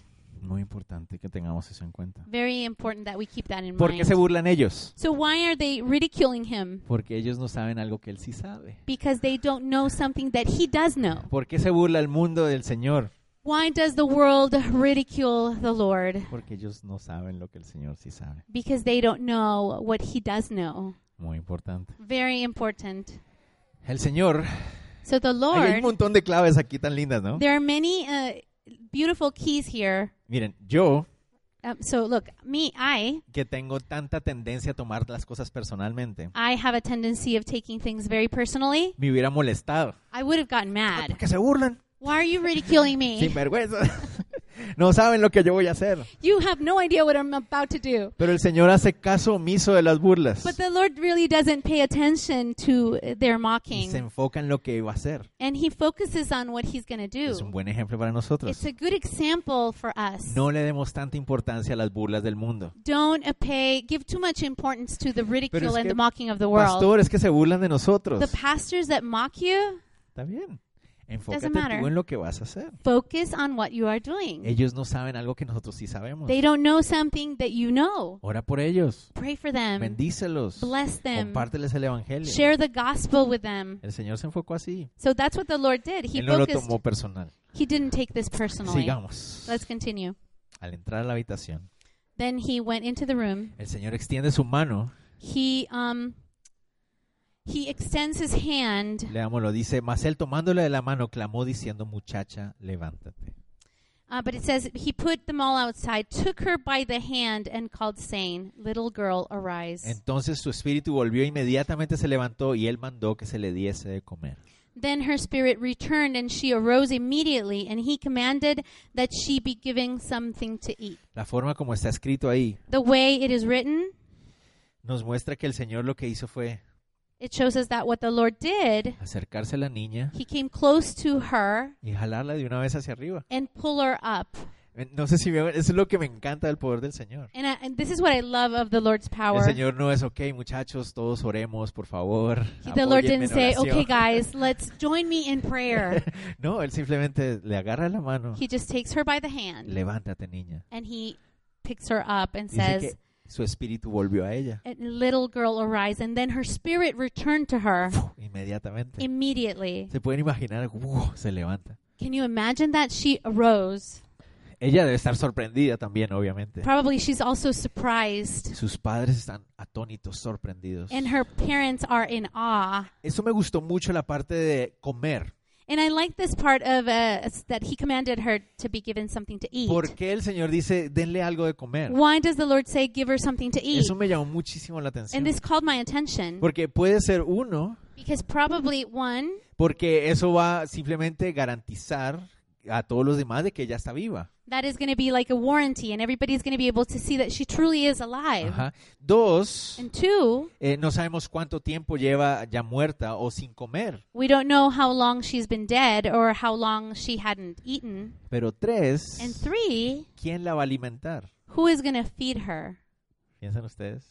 Muy importante que tengamos eso en cuenta. Very important that we keep that in ¿Por qué se mind. burlan ellos? So, why are they ridiculing him? Porque ellos no saben algo que Él sí sabe. Because they don't know something that he does know. ¿Por qué se burla el mundo del Señor? Why does the world ridicule the Lord? Porque ellos no saben lo que el Señor sí sabe. Because they don't know what he does know. Muy importante. Very important. El Señor. So, the Ay, hay un Lord, montón de claves aquí tan lindas, ¿no? there are many uh, beautiful keys here. Miren, yo Um, so, look, me, I, que tengo tanta tendencia a tomar las cosas personalmente, I have a tendency of taking things very personally. me hubiera molestado. I would have gotten mad. Porque se burlan. Why are you ridiculing Sin me? vergüenza. *laughs* No saben lo que yo voy a hacer. You have no idea what I'm about to do. Pero el Señor hace caso omiso de las burlas. But the Lord really doesn't pay attention to uh, their Y se mocking. enfoca en lo que va a hacer. And he focuses on what he's going to Es un do. buen ejemplo para nosotros. It's a good example for us. No le demos tanta importancia a las burlas del mundo. Don't uh, pay, give too much importance to the ridicule and que, the mocking of the world. Pastor, es que se burlan de nosotros. The pastors that mock you, Está bien. Enfócate Doesn't matter. tú en lo que vas a hacer. focus on what you are doing. Ellos no saben algo que nosotros sí sabemos. They don't know something that you know. Ora por ellos. Pray for them. Bendícelos. Bless them. Compárteles el evangelio. Share the gospel with them. El Señor se enfocó así. So that's what the Lord did. He Él no lo focused. tomó personal. He didn't take this personally. Sigamos. Let's continue. Al entrar a la habitación, Then he went into the room. el Señor extiende su mano, He um he extends his hand. leámoslo, dice, mas él tomándole de la mano clamó diciendo, muchacha, levántate. Uh, but it says he put them all outside, took her by the hand, and called, saying, "Little girl, arise." Entonces su espíritu volvió inmediatamente se levantó y él mandó que se le diese de comer. Then her spirit returned, and she arose immediately. And he commanded that she be given something to eat. La forma como está escrito ahí The way it is written, nos muestra que el Señor lo que hizo fue it shows us that what the Lord did, acercarse a la niña he came close to her y jalarla de una vez hacia arriba. and pull her up. No sé si me- eso es lo que me encanta del poder del Señor. And, I, and this is what I love of the Lord's El power. Señor no es, ok, muchachos, todos oremos, por favor. He- the Lord apóyenme didn't en say, oración". okay, *laughs* guys, let's join me in prayer. No, él simplemente le agarra la mano. He just takes her by the hand Levántate, niña. and he picks her up and Dice says, que su espíritu volvió a ella A little girl arise, and then her spirit returned to her inmediatamente. immediately. Se pueden imaginar, ¡uh! se levanta. Can you imagine that? She arose. Ella debe estar sorprendida también, obviamente. Probably she's also surprised. Sus padres están atónitos, sorprendidos. And her parents are in awe. Eso me gustó mucho la parte de comer. And I like this part of uh, that he commanded her to be given something to eat. ¿Por qué el Señor dice, denle algo de comer? Why does the Lord say, give her something to eat? Eso me llamó muchísimo la atención. And this called my attention. Porque puede ser uno, Because probably, one, porque eso va simplemente garantizar a todos los demás de que ella está viva. that is going to be like a warranty, and everybody's going to be able to see that she truly is alive. Ajá. Dos, And two, eh, no sabemos cuánto tiempo lleva ya muerta o sin comer. we don't know how long she's been dead or how long she hadn't eaten. Pero tres, And three, ¿quién la va a alimentar? who is going to feed her? Piensan ustedes,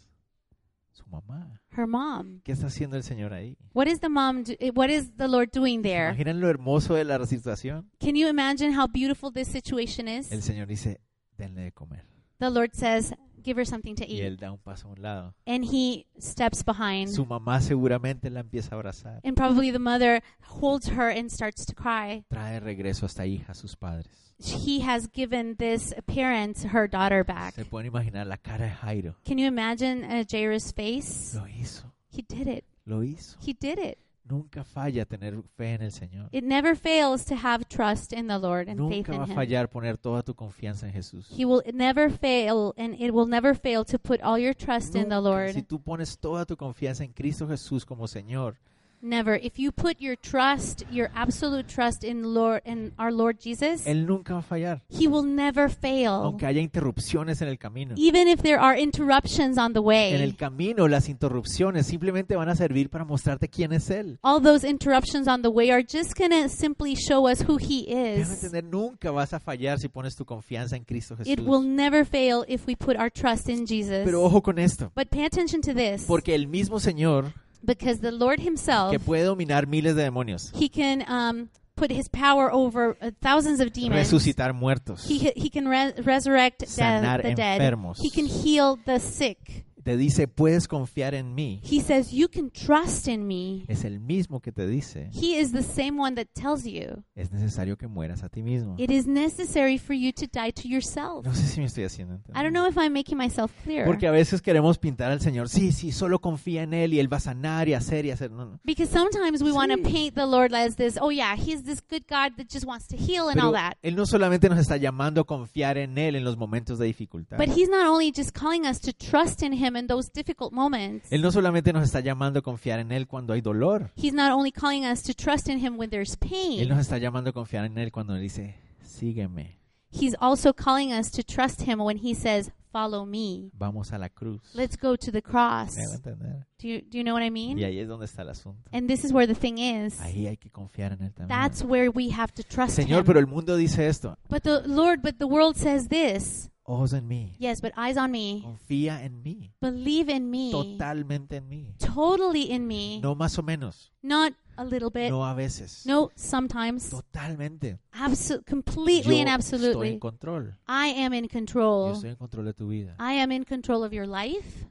su mamá. Her mom. ¿Qué está haciendo el Señor ahí? What is the mom? Do- eh, what is the Lord doing ¿Se there? imaginan lo hermoso de la situación? Can you imagine how beautiful this situation El is? Señor dice, denle de comer. The Lord says, "Give her something to Y eat," él da un paso a un lado. and He steps behind. Su mamá seguramente la empieza a abrazar. And probably the mother holds her and starts to cry. Trae de regreso a esta hija a sus padres. He has given this parent her daughter back. Se pueden imaginar la cara de Jairo. Can you imagine uh, Jairus' face? Lo hizo, He did it. lo hizo. He did it. Nunca falla tener fe en el Señor. It never fails to have trust in the Lord and faith Nunca va in a Him. fallar poner toda tu confianza en Jesús. He will never fail, and it will never fail to put all your trust in the Nunca. Si Lord. tú pones toda tu confianza en Cristo Jesús como Señor, Never. If you put your trust, your absolute trust in Lord, in our Lord Jesus, Él nunca va a fallar. He will never fail. Aunque haya interrupciones en el camino. Even if there are interruptions on the En way, el camino las interrupciones simplemente van a servir para mostrarte quién es Él. all those interruptions on the way are just going to simply show us who he Déjame is. entender, nunca vas a fallar si pones tu confianza en Cristo It will Jesús. never fail if we put our trust in Pero Jesus. ojo con esto, But pay attention to this porque el mismo Señor because the Lord himself, que puede dominar miles de demonios, he can um, put his power over uh, thousands of demons. resucitar muertos, He, he can re- resurrect dead- Sanar the dead. enfermos. He can heal the sick. te dice, puedes confiar en mí. He says, You can trust in me. Es el mismo que te dice, He is the same one that tells you es necesario que mueras a ti mismo. it is necessary for you to die to *laughs* yourself. No sé si me estoy haciendo I don't entender. know if I'm making myself clear. Porque a veces queremos pintar al Señor, sí, sí, solo confía en Él y Él va a sanar y hacer y hacer. No, no. Because sometimes we want to Sí. paint the Lord as this, oh yeah, he's this good God that just wants to heal and all Pero that. Él no solamente nos está llamando a confiar en Él en los momentos de dificultad. But he's not only just calling us to trust in him in those difficult moments. Él no solamente nos está llamando a confiar en Él cuando hay dolor. He's not only calling us to trust in him when there's Él pain. nos está llamando a confiar en Él cuando Él dice, sígueme, He's also calling us to trust him when he says, follow me. vamos a la cruz. Let's go to the cross. ¿Me hago entender? Do you, do you know what I Y mean? ahí es donde está el asunto. And this is where the thing is. Ahí hay que confiar en Él también. That's where we have to trust Señor, pero him. el mundo dice esto. But the Lord, but the world says this. Ojos en mí. Yes, but eyes on Oh. me. Confía en mí. Believe in me. Totalmente en mí. Totally in me. No más o menos. Not a little bit. No a veces. No, sometimes. Totalmente. Absolutely, Yo completely and estoy en absolutely. Oh. control. I am in Yo control. estoy en control de tu vida. I am in control of your life.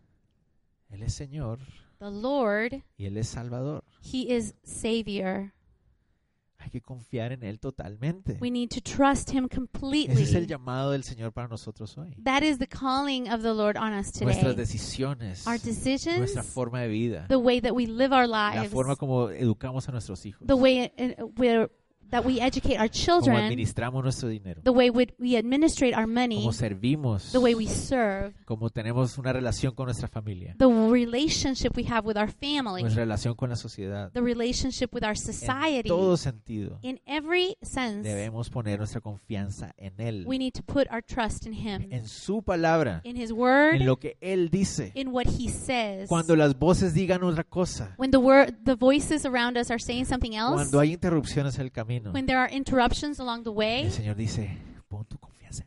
Él es Señor The Lord, y Él es Salvador. He is Savior. Hay que confiar en Él totalmente. We need to trust Him Ese es el completely. llamado del Señor para nosotros hoy. That is the calling of the Lord on us Nuestras today. decisiones, Our nuestra decisions, forma de vida, the way that we live our la lives, forma como educamos a nuestros hijos, the way in, where, that we educate our como children, administramos nuestro dinero, the way we, we administrate our money, cómo servimos, the way we serve, cómo tenemos una relación con nuestra familia, the relationship we have with our family, nuestra relación con la sociedad. the relationship with our En society. todo sentido, In every sense, debemos poner nuestra confianza en Él, we need to put our trust in Him, en su palabra, in His Word, en lo que Él dice. in what He says. Cuando las voces digan otra cosa, When the word, the voices around us are saying something else, cuando hay interrupciones en el camino, when there are interruptions along the way, el Señor dice, pon tu confianza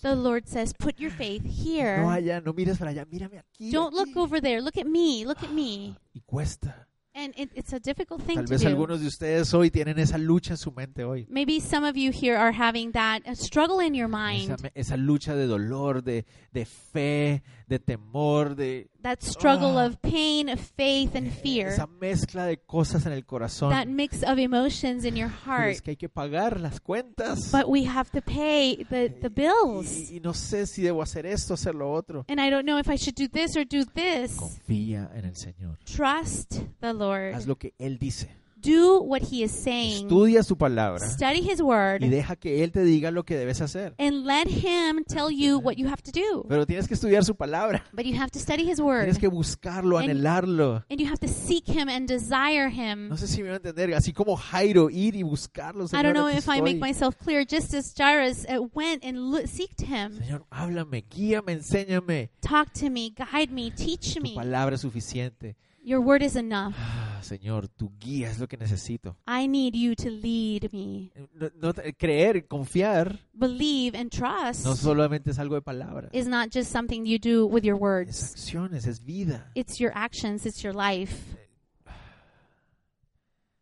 the Lord says, "Put your faith No here. allá, no mires para allá, mírame aquí. Don't aquí. look over there. Look at me. Look at me." Y cuesta, And it, it's a difficult thing Tal to vez do. algunos de ustedes hoy tienen esa lucha en su mente hoy. Maybe some of you here are having that uh, struggle in your mind, Esa, esa lucha de dolor, de, de fe, de temor, de that struggle Ah. of pain, of faith, and fear, esa mezcla de cosas en el corazón. that mix of emotions in your Pero heart. es que hay que pagar las cuentas. But we have to pay the, the bills. Y, y no sé si debo hacer esto, hacer lo otro. And I don't know if I should do this or do this. Confía en el Señor. Trust the Haz Lord. lo que Él dice. Do what He is saying. Estudia su palabra Study His y Word deja que Él te diga lo que debes hacer. and let Him tell you what you have to do. Pero tienes que estudiar su palabra. But you have to study His Tienes Word que buscarlo, And- Mm-hmm. anhelarlo. and you have to seek Him and desire Him. No sé si me van a entender. Así como Jairo, ir y buscarlo. I Señor, don't know aquí if I make estoy. myself clear. Just as Jairus uh, went and lo- seeked him, Señor, háblame, guíame, enséñame. talk to me, guide me, teach Tu me. palabra es suficiente. Your word is enough. Ah, Señor, tu guía es lo que necesito. Eh, I need you to lead me. No- no te- creer, confiar, Believe and no trust solamente es algo de palabra. is not just something you do with your Es words. acciones, es vida. It's your actions. It's your life.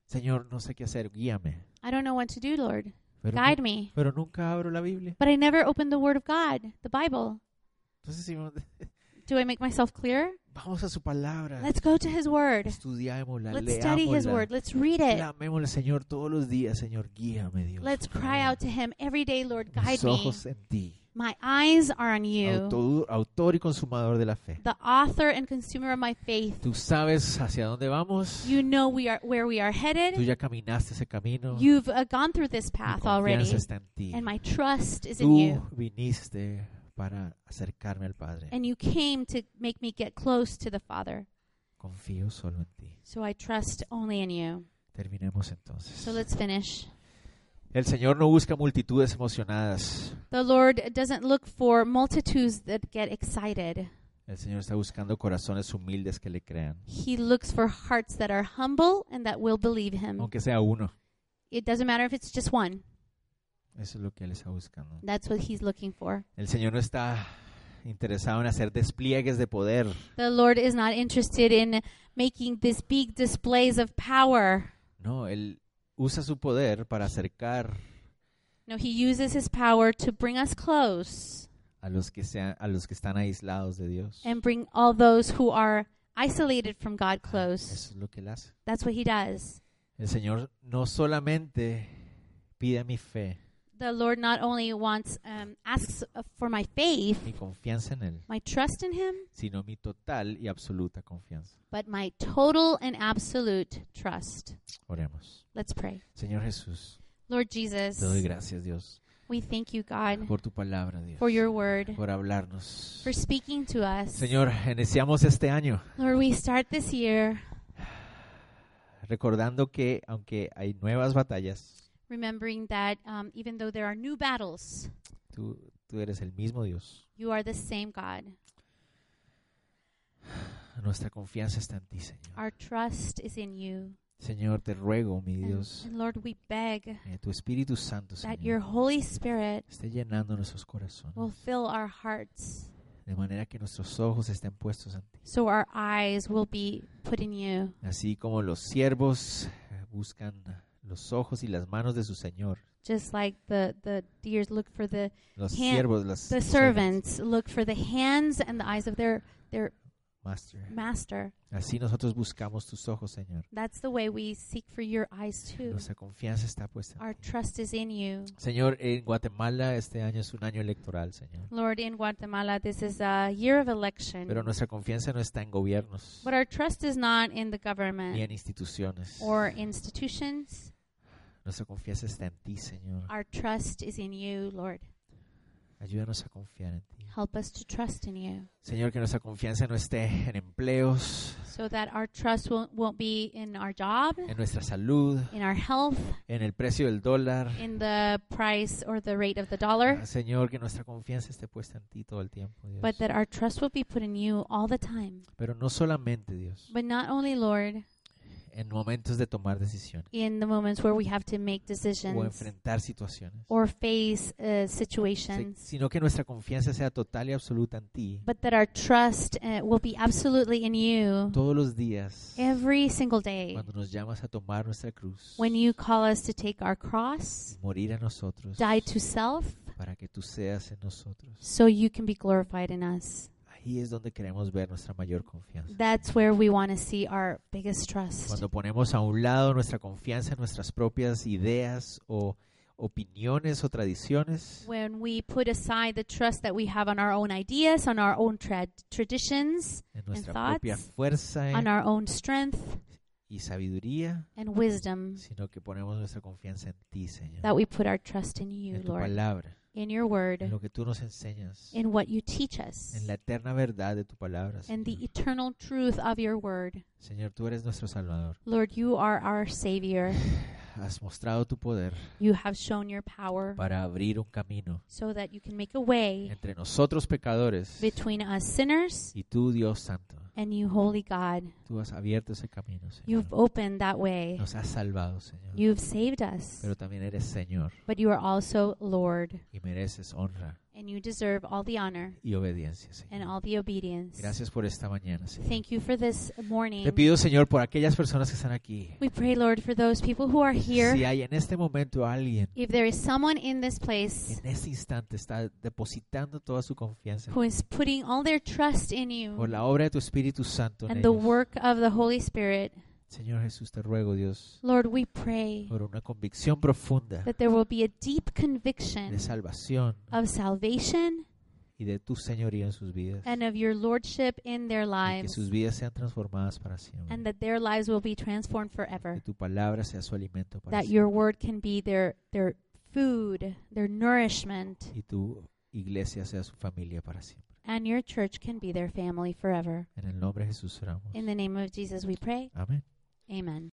Señor, no sé qué hacer, guíame. I don't know what to do, Lord. Pero, Guide nu- me. pero nunca abro la Biblia. But I never open the Word of God, the Bible. Entonces, si me- Do I make myself clear? vamos a su palabra. Let's go to His Word. Estudiémosla, Let's study His Word. leámosla. Let's read it. Clamémosle, Señor, todos los días. Señor, guíame, Dios. Let's por cry favor. out to Him every day, Lord, guide Mis me. ojos en ti. My eyes are on you, Autor, autor y consumador de la fe. the author and consumer of my faith. Tú sabes hacia dónde vamos. You know we are where we are Tú headed. ya caminaste ese camino. Mi You've uh, gone through this path confianza already, está en ti. and my trust is in Tú you. viniste para acercarme al Padre. And you came to make me get close to the Father. Confío solo en ti. So I trust only in you. Terminemos So entonces. let's finish. El Señor no busca multitudes emocionadas. The Lord doesn't look for multitudes that get excited. El Señor está buscando corazones humildes que le crean. He looks for hearts that are humble and that will believe him. Aunque sea uno. It doesn't matter if it's just one. Eso es lo que Él está buscando. That's what he's looking for. El Señor no está interesado en hacer despliegues de poder. The Lord is not interested in making these big displays of power. No, Él usa su poder para acercar No, he uses his power to bring us close a los que, sean, a los que están aislados de Dios. and bring all those who are isolated from God Ah, Eso close. es lo que Él hace. That's what he does. El Señor no solamente pide mi fe, The Lord not only wants um, asks uh, for my faith, mi confianza en Él, my trust in him, sino mi total y absoluta confianza. but my total and absolute trust. Oremos. Let's pray. Señor Jesús, Lord te doy Jesus, gracias, Dios, we thank you, God, por tu palabra, Dios, for your word, por hablarnos. for speaking to us. Señor, iniciamos este año Lord, we start this year recordando que aunque hay nuevas batallas, remembering that um, even though there are new battles, tú, tú eres el mismo Dios. you are the same God. Nuestra confianza está en ti, Señor. Our trust is in you. Señor, te ruego, mi And- Dios, and Lord, we beg que tu Espíritu Santo, that your Señor, Holy Spirit esté llenando nuestros will corazones, fill our hearts de manera que nuestros ojos estén puestos en ti. so our eyes will be put in you. Así como los siervos eh, buscan los ojos y las manos de su Señor. Just like the, the deers look for the, Los Hand- siervos, las the servants, servants, look for the hands and the eyes of their, their master. master. Así nosotros buscamos tus ojos, Señor. That's the way we seek for your eyes too. Nuestra confianza está puesta en Our ti. trust is in you. Señor, en Guatemala este año es un año electoral, Señor. Lord, in Guatemala, this is a year of election. Pero nuestra confianza no está en gobiernos But our trust is not in the ni government en instituciones. or institutions. Nuestra confianza está en ti, Señor. Our trust is in you, Lord. Ayúdanos a confiar en ti. Help us to trust in you Señor, que nuestra confianza no esté en empleos, so that our trust won't, won't be in our job, en nuestra salud, in our health, en el precio del dólar. in the price or the rate of the dollar, Ah, Señor, que nuestra confianza esté puesta en ti todo el tiempo, Dios. but that our trust will be put in you all the time. Pero no solamente, Dios, But not only, Lord, en momentos de tomar decisiones in the moments where we have to make o decisions enfrentar situaciones, or face uh, Se- situations, sino que nuestra confianza sea total y absoluta en ti but that our trust uh, will be absolutely in you todos los días every single day. cuando nos llamas a tomar nuestra cruz When you call us to take our y cross, morir a nosotros die to self, para que tú seas en nosotros. so you can be glorified in us. Ahí es donde queremos ver nuestra mayor confianza. That's where we want to see our biggest trust. Cuando ponemos a un lado nuestra confianza en nuestras propias ideas o opiniones o tradiciones When we put aside the trust that we have on our own ideas, on our own tra- traditions, en nuestra thoughts, propia fuerza eh, on our own strength y sabiduría, and wisdom, sino que ponemos nuestra confianza en ti, Señor, Mm. that we put our trust in you, en tu Lord, palabra, in your en word, lo que tú nos enseñas, in what you teach us, en la eterna verdad de tu palabra. and the Señor, eternal truth of your word. Señor tú eres nuestro Salvador. Lord, you are our Savior. Has mostrado tu poder You have shown your power para abrir un camino so that you can make a way entre nosotros pecadores between us sinners y tú, Dios Santo. and you, holy God. Tú has abierto ese camino, Señor. You've opened that way. Nos has salvado, Señor. You've saved us, Pero también eres Señor but you are also Lord, y mereces honra and you deserve all the honor y obediencia, Señor. and all the obedience. Gracias por esta mañana, Señor. Thank you for this Te morning. pido, Señor, por aquellas personas que están aquí. We pray, Lord, for those people who are here. Si hay en este momento alguien If there is someone in this place en este instante está depositando toda su confianza who is putting all their trust in por you la obra de tu Espíritu Santo, en and the ellos. work of the Holy Spirit, Señor Jesús, te ruego, Dios, Lord, we pray por una convicción profunda that there will be a deep de conviction salvación of salvation y de tu señoría en sus vidas. and of your lordship in their Y que lives, sus vidas sean transformadas para and siempre. that their lives will be transformed Que forever. tu palabra sea su alimento para That siempre. your word can be their their food, their nourishment, y tu iglesia sea su familia para siempre. and your church can be their family forever. En el nombre de Jesús oramos. In the name of Jesus, we pray. Amén. Amen.